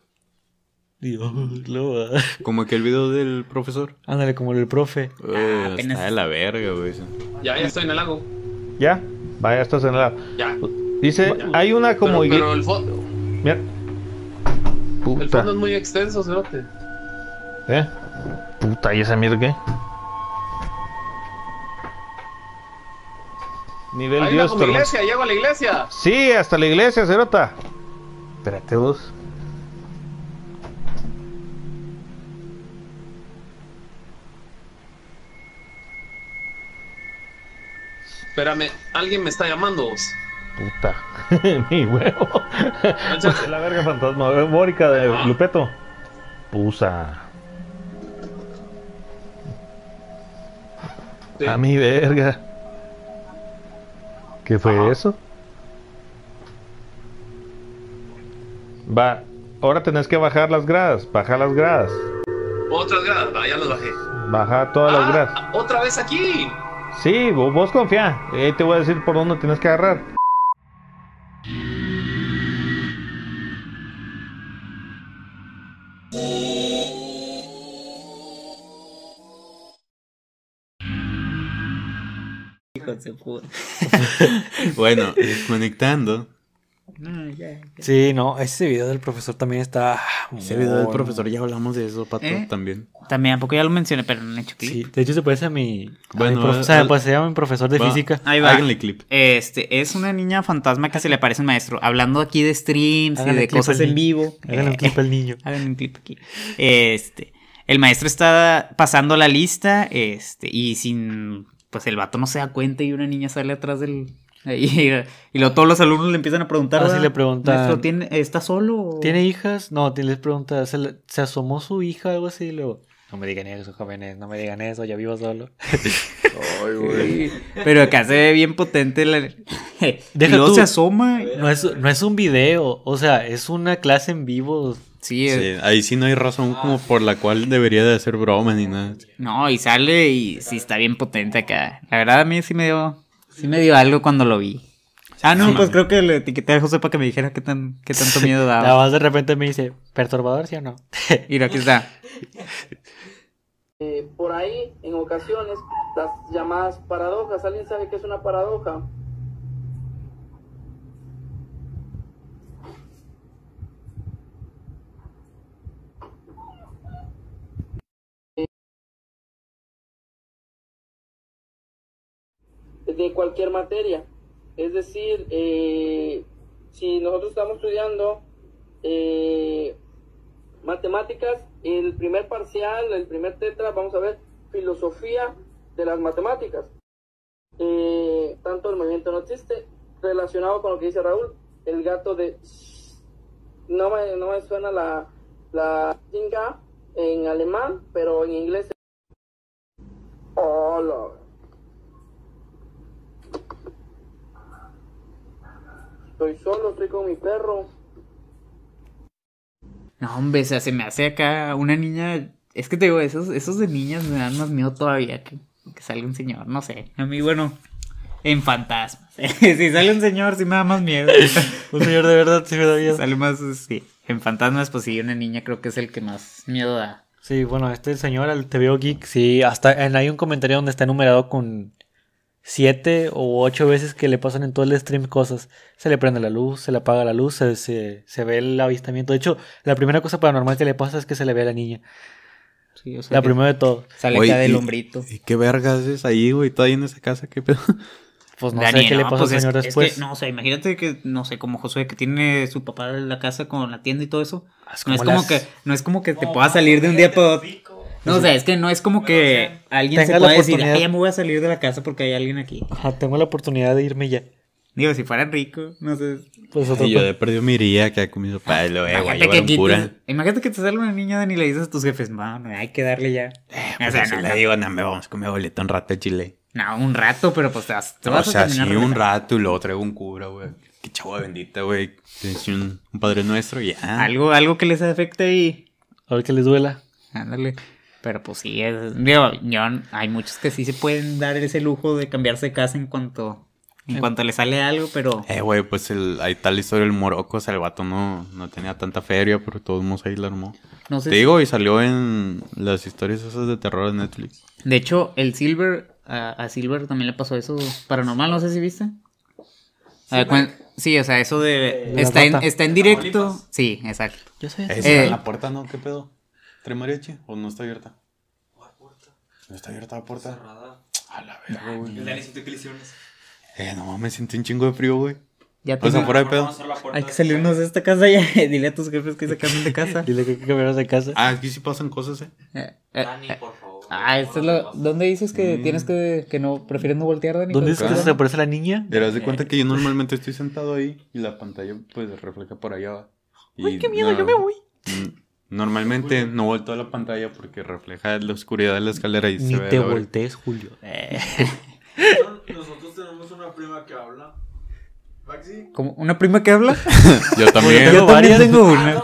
Dios, lo
Como aquel video del profesor.
ah, Ándale, como el profe.
Uh, está de la verga, güey. eso.
Ya, ya estoy en el lago.
Ya, vaya, esto es en la.
Ya.
Dice, hay una como.
Pero,
iglesia
pero el, fondo el fondo es muy extenso, cerote.
¿Eh? Puta, ¿y esa mierda qué? Nivel
Ahí
Dios,
bajo mi
tormenta.
iglesia, llego a la iglesia.
Sí, hasta la iglesia, Cerota. Espérate, dos.
Espérame, alguien me está llamando.
Puta. Mi huevo. la verga fantasma. Mónica de Eh, Lupeto. Pusa. A mi verga. ¿Qué fue eso? Va. Ahora tenés que bajar las gradas. Baja las gradas.
Otras gradas, ah, ya las bajé.
Baja todas las gradas.
Ah, Otra vez aquí.
Sí, vos, vos confía. Ahí te voy a decir por dónde tienes que agarrar.
Hijos de puta.
Bueno, conectando.
No, ya.
Sí, no, ese video del profesor también está.
Ese video del profesor, ya hablamos de eso, Pato,
¿Eh?
también.
También, ¿a poco ya lo mencioné, pero no he hecho clip.
Sí, de hecho se parece a mi.
Bueno,
Bueno,
eh,
o sea,
al-
pues se llama mi profesor de
va,
física.
Ahí va.
Háganle clip.
Este, es una niña fantasma que se le parece un maestro. Hablando aquí de streams
Háganle
y de
clip
cosas
al
en
niño.
vivo.
Háganle un clip al niño.
Háganle un clip aquí. Este, el maestro está pasando la lista, este, y sin, pues el vato no se da cuenta y una niña sale atrás del... Y, y luego todos los alumnos le empiezan a preguntar.
Ahora sí le preguntan,
preguntan. Maestro, ¿tiene, ¿está solo? o-?"
¿Tiene hijas? No, te les pregunta, ¿se, le- se asomó su hija o algo así? Y luego, no me digan eso, jóvenes, no me digan eso, ya vivo solo. Ay,
güey. Pero acá se ve bien potente la...
Deja
y luego
tú,
se asoma.
No es, no es un video, o sea, es una clase en vivo.
Sí,
Sí, ahí sí no hay razón como por la cual debería de hacer broma ni nada.
No, y sale y sí está bien potente acá. La verdad a mí sí me dio, sí me dio algo cuando lo vi. Ah, no,
no mames.
pues creo que le etiqueté a José para que me dijera qué, tan, qué tanto miedo
Ah.
Nada
daba.
más de repente me dice, ¿perturbador, sí o no?
Mira, aquí está.
Eh, por ahí, en ocasiones, las llamadas paradojas. ¿Alguien sabe qué es una paradoja?
de cualquier materia. Es decir, eh, si nosotros estamos estudiando eh, matemáticas, el primer parcial, el primer tetra, vamos a ver filosofía de las matemáticas. Eh, tanto el movimiento no existe, relacionado con lo que dice Raúl, el gato de... No me, no me suena la, la chinga en alemán, pero en inglés... Hola. Estoy solo, estoy con mi perro.
No, hombre, o sea, se me hace acá una niña... Es que te digo, esos, esos de niñas me dan más miedo todavía que, que salga un señor, no sé. A mí, bueno, en fantasmas. si sale un señor, sí me da más miedo.
un señor de verdad sí me da miedo.
Sale más, sí. En fantasmas, pues sí, una niña creo que es el que más miedo da.
Sí, bueno, este señor, el TVO Geek, sí, hasta en- hay un comentario donde está enumerado con siete o ocho veces que le pasan en todo el stream cosas. Se le prende la luz, se le apaga la luz, se, se- se ve el avistamiento. De hecho, la primera cosa paranormal que le pasa es que se le ve a la niña.
Sí, o sea
la
que
primera de todo.
sale
Oye,
acá del
y-
hombrito.
¿Y qué vergas es ahí, güey? ¿Todavía en esa casa? ¿Qué pedo?
Pues
Dani,
pasa
no,
al
pues es-
señor
es que,
después.
no, o sea, imagínate que, no sé, como Josué, que tiene su papá en la casa con la tienda y todo eso. no, es
Ah, como
como
las-
que, no es como que te puedas salir de un día para otro. No, o sea, es que no es como que alguien se
Tengas la
pueda decir,
oportunidad.
"Ay, ya me voy a salir de la casa porque hay alguien aquí.
Ajá, tengo la oportunidad de irme ya.
Digo, si fuera rico, no sé.
Pues
Y yo de perdido me iría que con mis papás. y luego, eh, güey, llevar
que
un
aquí
cura.
te- imagínate que te sale una niña Dani y le dices a tus jefes, no, no, hay que darle ya. o
Pues
sea,
así
no,
le digo, no, me vamos con mi abuelita un rato a Chile.
no, un rato, pero pues te vas, te
No, o
vas a
sea, sí,
terminar
un
relajando.
rato y luego traigo un cura, güey. Qué chavo bendita, güey. Es un, un padre nuestro y ya.
Algo, algo que les afecte y...
Algo que les duela.
Ándale. Pero pues sí, es- digo, yo- hay muchos que sí se pueden dar ese lujo de cambiarse de casa en cuanto, en
Eh.
cuanto le sale algo, pero...
Eh, güey, pues el, ahí tal historia del Morocco, o sea, el vato no, no tenía tanta feria, pero todos modos ahí la armó.
No sé
Te
si-
digo, y salió en las historias esas de terror de Netflix.
De hecho, el Silver, a, a Silver también le pasó eso paranormal, no sé si viste. A ver, cuen- Sí, o sea, eso de...
la
está, en,
rata.
está en directo. Sí, exacto.
Yo
Eh,
Eh,
¿cierran la puerta, ¿no? ¿Qué pedo? ¿Trae mariachi o no está abierta? ¿No está abierta la puerta? A la verga, güey.
El Dani sintió que le hicieron eso.
Eh, no mames, siento un chingo de frío, güey.
Ya
O sea,
tengo-
fuera de pedo.
Hay que salirnos de esta casa ya. Dile a tus jefes que se cambien de casa.
Dile que hay que cambiarnos de casa.
Ah, aquí sí pasan cosas, eh.
Eh, eh, eh, Ah, esto es lo... ¿Dónde dices que tienes que, que no... prefieres no voltear, Dani?
Mm.
Pues,
¿Dónde
con-
dices que
con-
se
aparece la niña?
Te das de cuenta que yo normalmente estoy sentado ahí y la pantalla pues refleja por allá. ¡Ay,
qué miedo, yo me voy.
Normalmente no vuelto a la pantalla porque refleja la oscuridad de la escalera y
Ni
se ve.
te
la verga.
voltees, Julio.
Eh,
Nosotros tenemos una prima que habla. ¿Maxi?
¿Como ¿Una prima que habla?
Yo también.
Yo también
varias.
tengo una.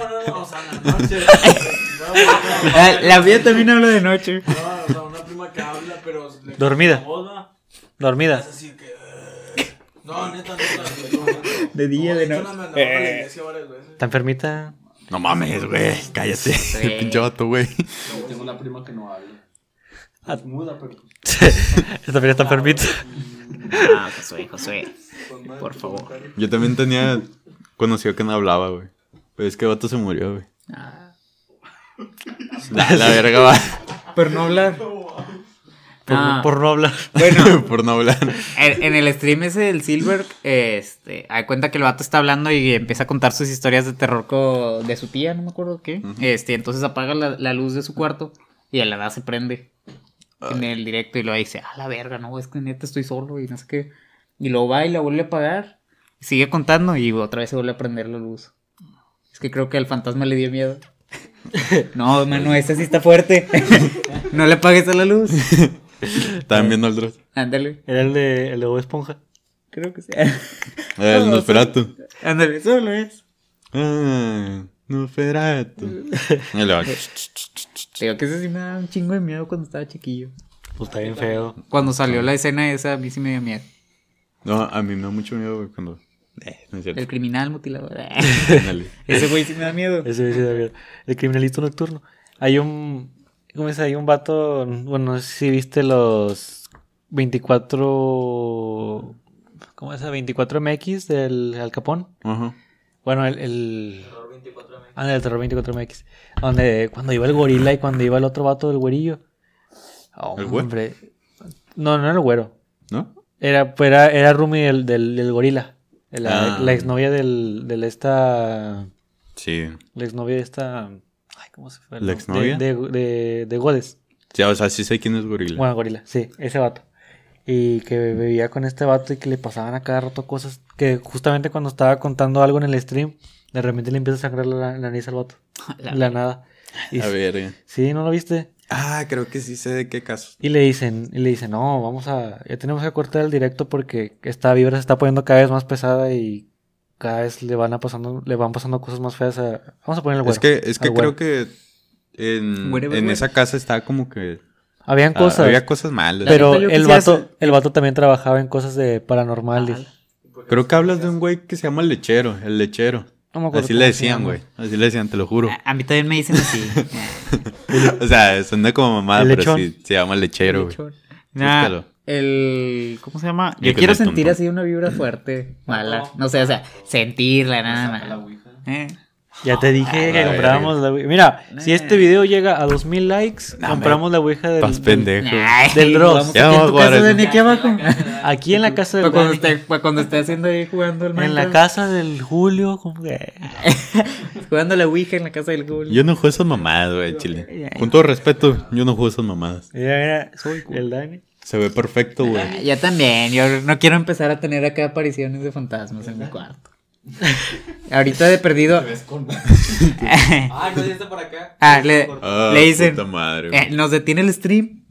Ah, La mía también habla de noche.
Dormida. Dormida.
eh, No, neta, neta.
De día, de noche.
Eh.
¿Está enfermita?
No mames, güey. Cállate. El pinche vato, güey.
Tengo una prima que no habla. Es muda, pero.
Esta también está enfermita.
Ah, Josué, Josué. Por favor.
Yo también tenía conocido que no hablaba, güey. Pero es que el vato se murió, güey. La, la verga va.
Por no hablar.
Por
Ah.
no- por no hablar. Por no hablar.
En, en el stream ese del Silver, este, hay cuenta que el vato está hablando y empieza a contar sus historias de terror co- de su tía, no me acuerdo qué. Este, entonces apaga la, la luz de su cuarto y a la nada se prende en el directo y luego dice, a la verga, no, es que neta estoy solo y no sé qué. Y luego va y la vuelve a apagar, sigue contando y otra vez se vuelve a prender la luz. Es que creo que al fantasma le dio miedo. No, mano, esta sí está fuerte. No le apagues a la luz.
Estaban viendo al Dross.
Ándale.
Era el de, el de Bob Esponja.
Creo que sí.
El Eh, Nosferatu.
Ándale, solo es.
Ah, Nosferatu. Y luego,
Digo que ese sí me da un chingo de miedo cuando estaba chiquillo.
Pues está bien feo.
Cuando salió la escena esa, a mí sí me dio miedo.
No, a mí me da mucho miedo, güey, cuando. Eh, no es cierto.
El criminal mutilador.
Ándale.
Ese güey sí me da miedo.
Ese güey sí da miedo. El criminalito nocturno. Hay un. ¿Cómo es? Hay un vato. Bueno, no sé si viste los 24. ¿Cómo es? 24 MX del Al Capón.
Ajá.
Bueno, el. el... Ah, del terror 24 MX. Donde cuando iba el gorila y cuando iba el otro vato del güerillo.
¿El güey?
Hombre. No, no era el güero.
¿No?
Era, pues, era, era Rumi del, del, del gorila. La,
Ah.
la exnovia del, del esta.
Sí.
La exnovia de esta. Ay, ¿cómo se fue? el
¿La
nombre?
exnovia?
De, de, de, de Godes.
Ya, o sea, sí sé quién es Gorila.
Bueno, gorila, sí, ese vato. Y que vivía con este vato y que le pasaban a cada rato cosas. Que justamente cuando estaba contando algo en el stream, de repente le empieza a sangrar la, la nariz al vato.
La-
La, la nada. Y
A eh.
sí-
verga.
Sí, ¿no lo viste?
Ah, creo que sí sé de qué caso.
Y le dicen, y le dicen, no, vamos a, ya tenemos que cortar el directo porque esta vibra se está poniendo cada vez más pesada y cada vez le van a pasando, le van pasando cosas más feas a, vamos a poner el
Es que, es
Ah,
que creo que en,
Güero,
en
güero.
esa casa estaba como que.
Habían
ah,
cosas.
Había cosas malas.
Pero el vato, el vato también trabajaba en cosas de paranormales.
Creo que hablas de un güey que se llama Lechero, el Lechero.
No me acuerdo
Así
cómo
le
se
decían,
llama.
güey. Así le decían, te lo juro.
A mí también me dicen así.
o sea, suena como mamada,
El
pero
lechón.
sí, se llama Lechero, güey.
Nah,
Búscalo.
el. ¿Cómo se llama?
Y
Yo
con
quiero
el tum-tum.
sentir así una vibra fuerte, mala. No sé, o sea, sentirla nada más. Eh.
Ya te dije
Ah,
que
la
comprábamos la Ouija. Mira, si este video llega a 2000 likes, compramos la Ouija del.
estás
del-
pendejo.
Del Dross.
Ya vamos a jugar eso.
aquí abajo.
Aquí en la casa del.
Para cuando esté, para Pues cuando esté haciendo ahí jugando el
En la
Minecraft.
casa del Julio, como que.
Jugando la Ouija en la casa del Google.
Yo no juego esas mamadas, güey, al chile. Con todo respeto, yo no juego esas mamadas.
Mira, mira, soy el Dani.
Se ve perfecto, güey.
Ya también, yo no quiero empezar a tener acá apariciones de fantasmas en mi cuarto. Ahorita de perdido.
Te ves con- Ah, no, ya está por acá.
Ah, le,
Ah,
le dicen.
puta madre, güey.
eh, nos detiene el stream.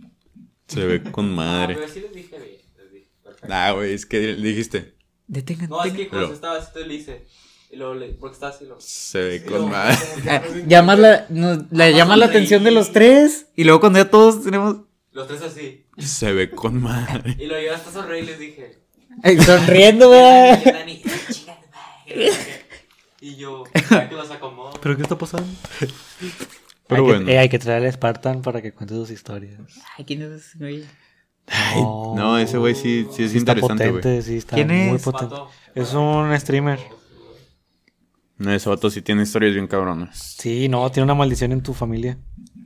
Se ve con madre.
Pero sí les dije bien. les dije.
Nah, güey, es que dijiste.
Detengan.
No, es que cuando
Pero-
estaba así, te le hice. Y luego le, porque estaba así, lo.
Se ve con madre.
Ah, llama la, nos- le llama la atención de los tres. Y luego cuando ya todos tenemos.
Los tres así.
Se ve con madre.
Y lo llevé hasta sonreír y les dije.
Ay, eh, sonriendo, güey.
Y Dani, "Chinga tu madre", Y yo, ya que los acomodo.
¿Pero qué está pasando? hay
Pero bueno.
Que, eh, hay que traer a Spartan para que cuente sus historias. Oh.
Ay, ¿quién es ese güey?
No, ese güey sí, sí es
Sí está
interesante,
potente,
güey.
sí está
¿Quién
muy
es?
potente. Es un streamer.
No, ese vato sí tiene historias bien cabronas.
Sí, no, tiene una maldición en tu familia.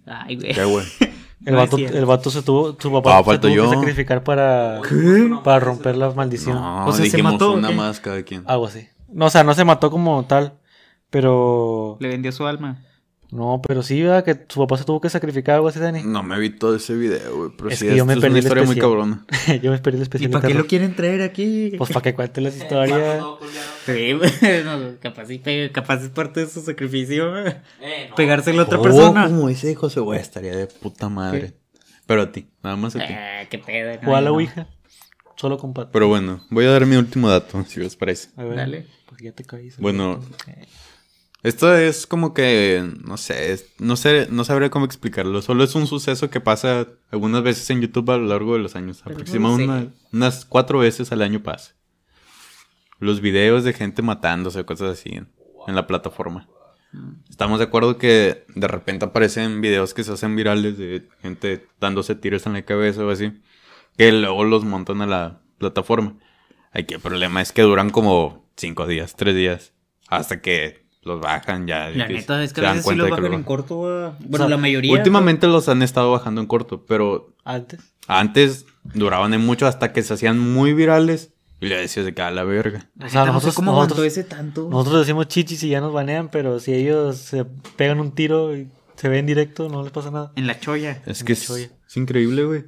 Ay, güey.
Qué güey.
El,
No es
vato,
cierto.
el vato se tuvo, su
Ah,
papá se
falto
tuvo
yo.
que sacrificar para, para romper la maldición.
No, dijimos una más cada quien.
Algo así. No, o sea, no se mató como tal, pero...
Le vendió su alma.
No, pero sí, ¿verdad? Que su papá se tuvo que sacrificar, algo así, Dani.
No me vi todo ese video, güey. Pero
es
sí,
que yo me
es
perdí
una
el
historia muy
especial.
cabrona.
yo me perdí el especial.
¿Y para
de
qué
terror.
lo quieren traer aquí?
Pues para que cuente
Eh,
las historias.
Sí, güey, no, capaz, sí pega, capaz es parte de su sacrificio. güey.
Eh, no.
Pegárselo a otra
Oh,
persona.
Como ese hijo se güey, estaría de puta madre. Pero a ti, nada más a
Eh.
ti.
Ah, qué pedo. no,
Juega a la
no.
Ouija. Solo con Pat.
Pero bueno, voy a dar mi último dato, si os parece.
A ver,
Dale.
Porque ya te caíste.
Bueno, esto es como que, no sé, es- no sé, no sabré cómo explicarlo. Solo es un suceso que pasa algunas veces en YouTube a lo largo de los años.
Pero no
Aproximadamente
sé.
una- unas cuatro veces al año pasa. Los videos de gente matándose, cosas así, en, en la plataforma. Estamos de acuerdo que de repente aparecen videos que se hacen virales de gente dándose tiros en la cabeza o así, que luego los montan a la plataforma. Aquí el problema es que duran como cinco días, tres días, hasta que los bajan ya.
La
que
neta es que
se
a
dan
veces sí
cuenta
lo
de que
bajan
lo
en corto. güey. Bueno,
O sea,
la mayoría.
Últimamente los han estado bajando en corto, pero
Antes.
antes duraban en mucho hasta que se hacían muy virales y le decías de que a la verga.
O sea,
Neta, no sé
nosotros,
cómo aguantó
nosotros,
ese tanto.
nosotros decimos chichis y ya nos banean, pero si ellos se pegan un tiro y se ven directo, no les pasa nada.
En la cholla.
Es que es,
Oye.
es increíble, güey.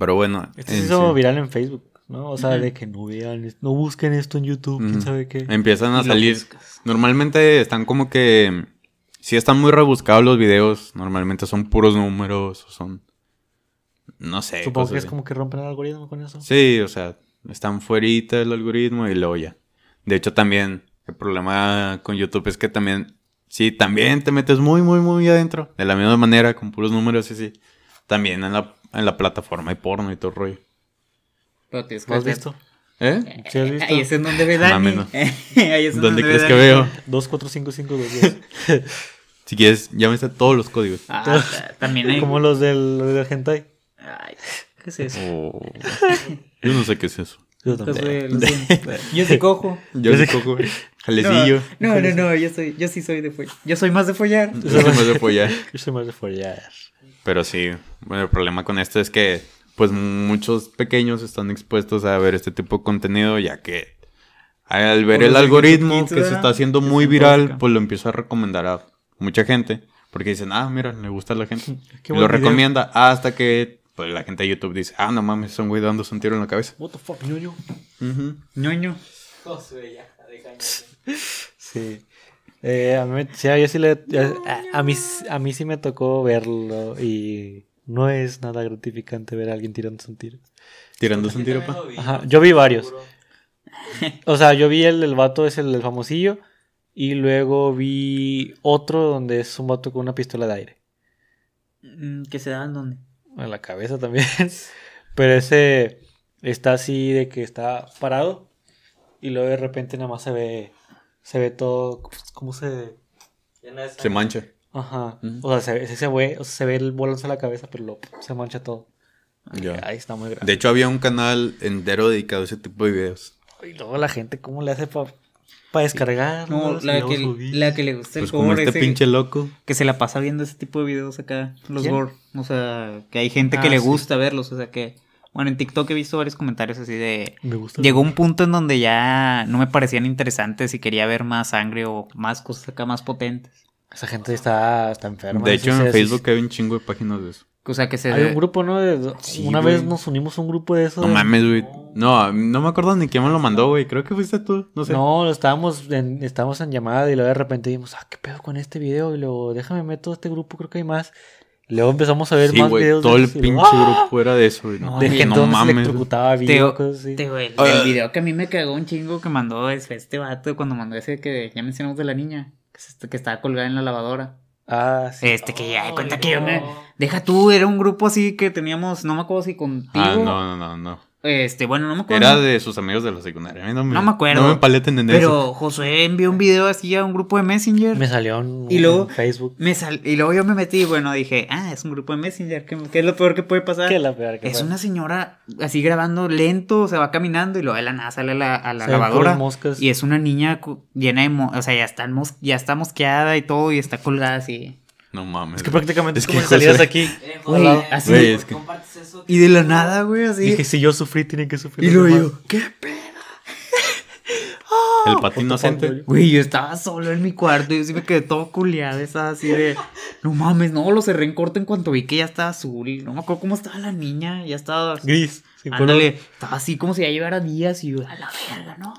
Pero bueno,
Este
Esto
en
se hizo
sí.
viral en Facebook, ¿no? O sea,
Ujú.
de que no vean, no busquen esto en YouTube, quién
Ujú.
sabe qué.
Empiezan
Y
a
lo
salir. Normalmente están como que. Si están muy rebuscados los videos, normalmente son puros números, o son. No sé.
Supongo
cosas
que es
así.
como que rompen el algoritmo con eso.
Sí, o sea, están fuerita del algoritmo y luego ya. De hecho, también el problema con YouTube es que también, sí, también te metes muy, muy, muy adentro. De la misma manera, con puros números y sí. También en la, en la plataforma hay porno y todo el rollo.
Pero tienes que
¿Lo has
ver-
visto?
¿Eh?
¿Sí has visto?
Ahí es en donde ve Dani.
Mame, no.
Ahí es en donde
¿Dónde crees
ve
que
Dani.
veo?
2, 4, 5, 5, 2, 10.
Si quieres, ya me sé todos los códigos.
Ah, también hay.
Como los del, los del hentai.
Ay, ¿Qué es eso?
Oh. Yo no sé qué es eso.
Yo
Los
también.
de- los de- Yo soy cojo.
Yo sí cojo. Jalecillo.
No, no, no, no, yo, soy, yo sí soy de follar. Yo soy más de follar.
Yo soy más de follar.
Yo soy más de follar.
Pero sí, bueno, el problema con esto es que pues muchos pequeños están expuestos a ver este tipo de contenido ya que al ver
Por
el
los
algoritmo
Kids,
que se
¿verdad?
está haciendo
Que
muy
son
viral,
tóxica.
pues lo empieza a recomendar a mucha gente porque dicen, "Ah, mira, le gusta a la gente."
Qué
Y
buen
lo
video.
recomienda hasta que pues la gente de YouTube dice, "Ah, no mames, son güey dándose un tiro en la cabeza."
What the fuck, ñoño.
Ujú.
Ñoño.
Josué, ya, de caña.
Sí. Eh, a, mí, sí, yo sí le- a, a mí, a mí sí me tocó verlo y no es nada gratificante ver a alguien tirándose un tiro.
Tirándose un tiro, pa.
Ajá, yo vi varios. O sea, yo vi el del vato, es el del famosillo, y luego vi otro donde es un vato con una pistola de aire.
Mm, ¿Que se daban dónde?
En la cabeza también. Pero ese está así de que está parado y luego de repente nada más se ve, se ve todo, ¿cómo se...?
Se mancha.
Ajá.
Ujú.
O sea, se, ve- ese güey, o sea, se ve el bolón en la cabeza, pero lo- se mancha todo.
Ya.
Ahí está muy grande.
De hecho, había un canal entero dedicado a ese tipo de videos.
Y luego la gente, ¿cómo le hace para descargar?
No, la que, la que le gusta el
Pues como
gore,
este
ese-
pinche loco.
Que se la pasa viendo ese tipo de videos acá, los
¿Quién?
gore. O sea, que hay gente
Ah,
que le
sí.
gusta verlos. O sea, que. Bueno, en TikTok he visto varios comentarios así de.
Me gusta.
Llegó un punto en donde ya no me parecían interesantes y quería ver más sangre o más cosas acá más potentes.
Esa gente está, está enferma.
de
eso
hecho,
se-
en
se-
Facebook hay un chingo de páginas de eso.
O sea, que se.
Hay un grupo, ¿no? De-
Sí,
una
güey.
vez nos unimos a un grupo de eso.
No mames, güey. No, no me acuerdo ni quién me lo mandó, güey. Creo que fuiste tú. No sé.
No, estábamos en, estábamos en llamada y luego de repente dijimos, ah, qué pedo con este video. Y luego, déjame meto a este grupo, creo que hay más. Y luego empezamos a ver
Sí,
más
güey,
videos. de
todo el
esos y luego,
pinche
¡ah!
grupo era de eso, güey.
No,
De
de
que no
gente donde se
mames.
electrocutaba
Teo-
vivo, cosas así.
Teo, Este, el,
Ah.
el video que a mí me cagó un chingo que mandó es este vato cuando mandó ese que ya mencionamos de la niña, que, se est- que estaba colgada en la lavadora.
Ah, sí.
Este que ya de cuenta que yo me. Deja tú, era un grupo así que teníamos, no me acuerdo si contigo.
Ah, no, no, no, no.
Este, bueno, no me acuerdo.
Era de sus amigos de la secundaria. A mí no me,
No me acuerdo.
No me paleten en
Pero
eso.
Josué envió un video así a un grupo de Messenger.
Me salió en,
Y luego-
en Facebook.
Me sal- y luego yo me metí y bueno, dije, ah, es un grupo de Messenger, ¿qué, qué es lo peor que puede pasar?
¿Qué es lo peor que
es
puede-
una señora así grabando lento, o sea, va caminando y luego de la nada sale a la, a la
Se ven
lavadora.
puras moscas.
Y es una niña cu- llena de... mo- o sea, ya está, mos- ya está mosqueada y todo y está colgada así.
No mames.
Es que prácticamente es como si
Josué-
salieras de aquí.
Güey,
Al lado.
así.
Güey, es que-
Y de la nada, güey, así.
Dije, si yo sufrí, tienen que sufrir.
Y
los
luego
demás".
yo, ¿qué
El patín inocente.
Güey, yo estaba solo en mi cuarto y yo sí me quedé todo culiado, estaba así de, no mames, no, lo cerré en corto en cuanto vi que ya estaba azul, no me acuerdo cómo estaba la niña, ya estaba...
Gris, sin color.
Ándale, estaba así como si ya llevara días y yo, a la verga, ¿no?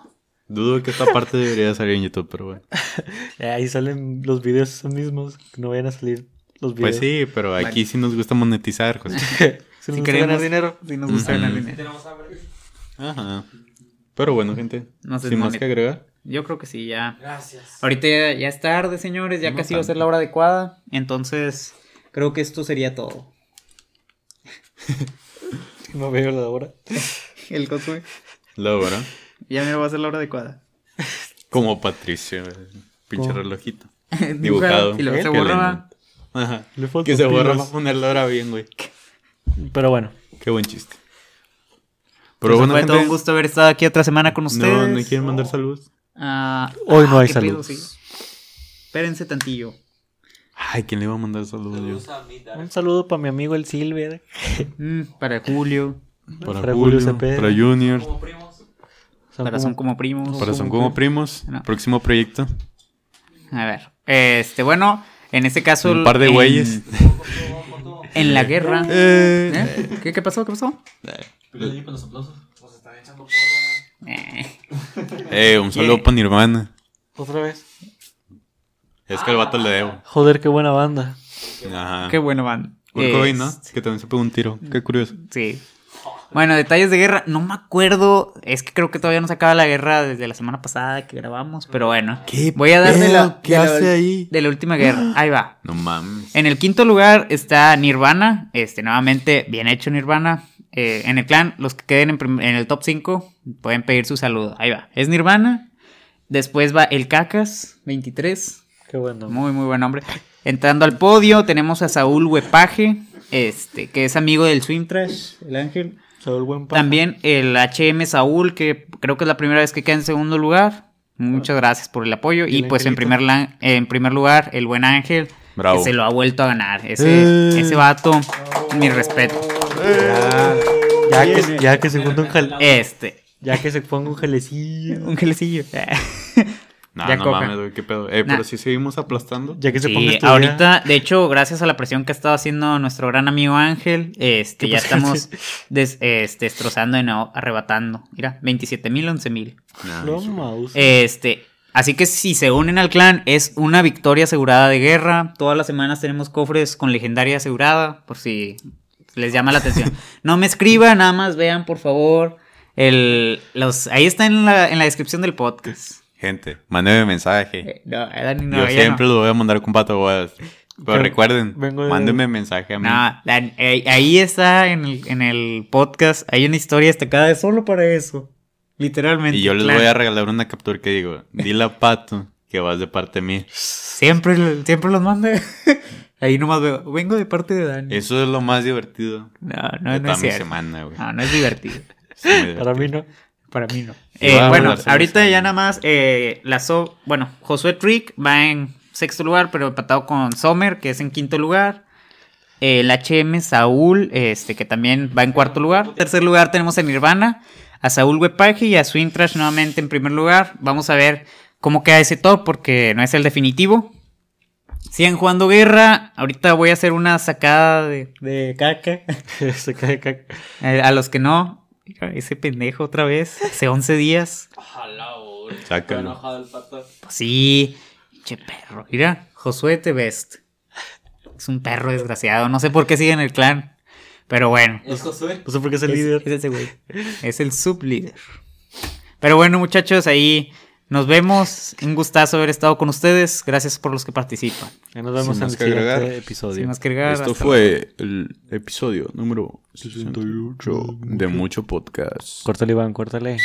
Dudo que esta parte debería salir en YouTube, pero bueno.
Eh, Ahí salen los videos esos mismos. que No vayan a salir los videos.
Pues sí, pero aquí sí nos gusta monetizar, José.
Si nos gusta ganar dinero.
si nos gusta
Ujú.
ganar dinero.
Ajá. Pero bueno, gente.
No sé,
sin más
monet-
que agregar.
Yo creo que sí, ya.
Gracias.
Ahorita ya, ya es tarde, señores, ya
No
casi va a ser la hora adecuada, entonces creo que esto sería todo.
No veo la hora.
El Josué,
La hora.
ya me va a ser la hora adecuada.
Como Patricio. güey. Pinche
Como-
relojito.
Dibujado,
Dibujado. Eh,
y luego se
Qué
borraba.
lindo. Ajá.
Le faltan
Que se borra
pilas.
para poner la hora bien, güey.
Pero bueno.
Qué buen chiste.
Pero
Pero
bueno, Pues, fue
bueno,
todo
gente.
un gusto haber estado aquí otra semana con ustedes.
No, no quieren mandar saludos.
Ah,
Hoy no
ah,
hay
qué pedo,
saludos.
sí. Espérense tantillo.
Ay, ¿quién le iba a mandar saludos? yo?
Un saludo para mi amigo el Silver.
Mm, para Julio.
Para, Julio,
Cepeda.
para Junior,
Son
para
como-
son como primos.
para Son Como Primos. Próximo proyecto.
A ver. Este, bueno, en este caso.
Un par de
en-
güeyes.
En la guerra.
Eh.
¿Eh? ¿Qué, qué pasó? ¿Qué pasó?
Pero Pues con los aplausos. Nos están echando porra.
Eh.
Eh, un saludo para Nirvana.
Otra vez.
Es que al vato le debo.
Joder, qué buena banda.
Ajá.
Qué bueno van.
Kurt Cobain, ¿no?
Es-
Que también se pegó un tiro. Qué
Mm.
curioso.
Sí. Bueno, detalles de guerra. No me acuerdo. Es que creo que todavía no se acaba la guerra desde la semana pasada que grabamos. Pero bueno. Voy a dar de la,
pedo? ¿Qué
de la-
hace ahí?
de la última guerra. Ahí va.
No mames.
En el quinto lugar está Nirvana. Este, nuevamente, bien hecho Nirvana. Eh, en el clan, los que queden en, prim- en el top 5 pueden pedir su saludo. Ahí va. Es Nirvana. Después va el Cacas, 23.
Qué bueno.
Muy, muy buen nombre. Entrando al podio, tenemos a Saúl Huepaje, este, que es amigo del Swim Trash, el ángel.
Saúl buen pa-
También el HM Saúl, que creo que es la primera vez que queda en segundo lugar. Muchas gracias por el apoyo.
Y
Y
el
pues en
angelito.
primer, lan- en primer lugar, el buen Ángel,
Bravo.
que se lo ha vuelto a ganar. Ese,
Eh.
ese vato, mi respeto.
Ya, que, ya que se junta un jale-
Este,
Ya que se ponga un jalecillo.
un gelecillo.
Nah,
Ya
no
coja.
mames, güey, qué pedo. Eh,
Nah.
pero si seguimos aplastando.
Ya que se
Sí,
ponga a estudiar.
ahorita, de hecho, gracias a la presión que ha estado haciendo nuestro gran amigo Ángel, este,
¿Qué
ya
pasó?
estamos des- este, destrozando y no arrebatando. Mira, 27 mil, 11 mil.
Nah,
No, mouse.
Este, así que si se unen al clan, es una victoria asegurada de guerra. Todas las semanas tenemos cofres con legendaria asegurada, por si les llama la atención. No me escriban, nada más vean, por favor. El, los, ahí está en la, en la descripción del podcast.
Gente, mándeme mensaje.
Eh, No, a Dani no,
Yo
ella no.
siempre lo voy a mandar con pato bodas. Pero
Pero
recuerden,
vengo de-
mándenme mensaje a mí.
No, la- eh, ahí está en el, en el podcast, hay una historia destacada solo para eso. Literalmente.
Y yo les
claro.
voy a regalar una captura que digo, dile a Pato que vas de parte mía.
Siempre, siempre los mande. Ahí nomás veo. Vengo de parte de Dani.
Eso es lo más divertido.
No, no,
de
no
toda
es
mi
cierto.
semana, güey.
No, no es divertido.
Sí, me divertí.
Para mí no.
Para mí no.
Y
Eh,
vamos a
bueno,
la serie.
ahorita ya nada más. Eh, la So- bueno, Josué Trick va en sexto lugar, pero empatado con Sommer, que es en quinto lugar. El HM Saúl, este, que también va en cuarto lugar. Tercer lugar tenemos a Nirvana, a Saúl Wepaje y a Swing Trash nuevamente en primer lugar. Vamos a ver cómo queda ese top, porque no es el definitivo. Siguen jugando guerra. Ahorita voy a hacer una sacada de, de caca.
Sacada de caca.
Eh, a los que no. Mira, Ese pendejo otra vez. Hace 11 días.
Ojalá, güey.
Sácalo.
Está enojado el pato.
Pues sí. Che perro. Mira, Josué te best. Es un perro desgraciado. No sé por qué sigue en el clan. Pero bueno.
¿Es Josué?
No sé por qué es el líder. Es ese güey. Es el sublíder. Pero bueno, muchachos, ahí nos vemos. Un gustazo haber estado con ustedes. Gracias por los que participan.
nos
Sin más que agregar,
Sin más que agregar,
Esto
hasta
fue el episodio número 68 de Mucho Podcast.
Córtale, Iván, córtale.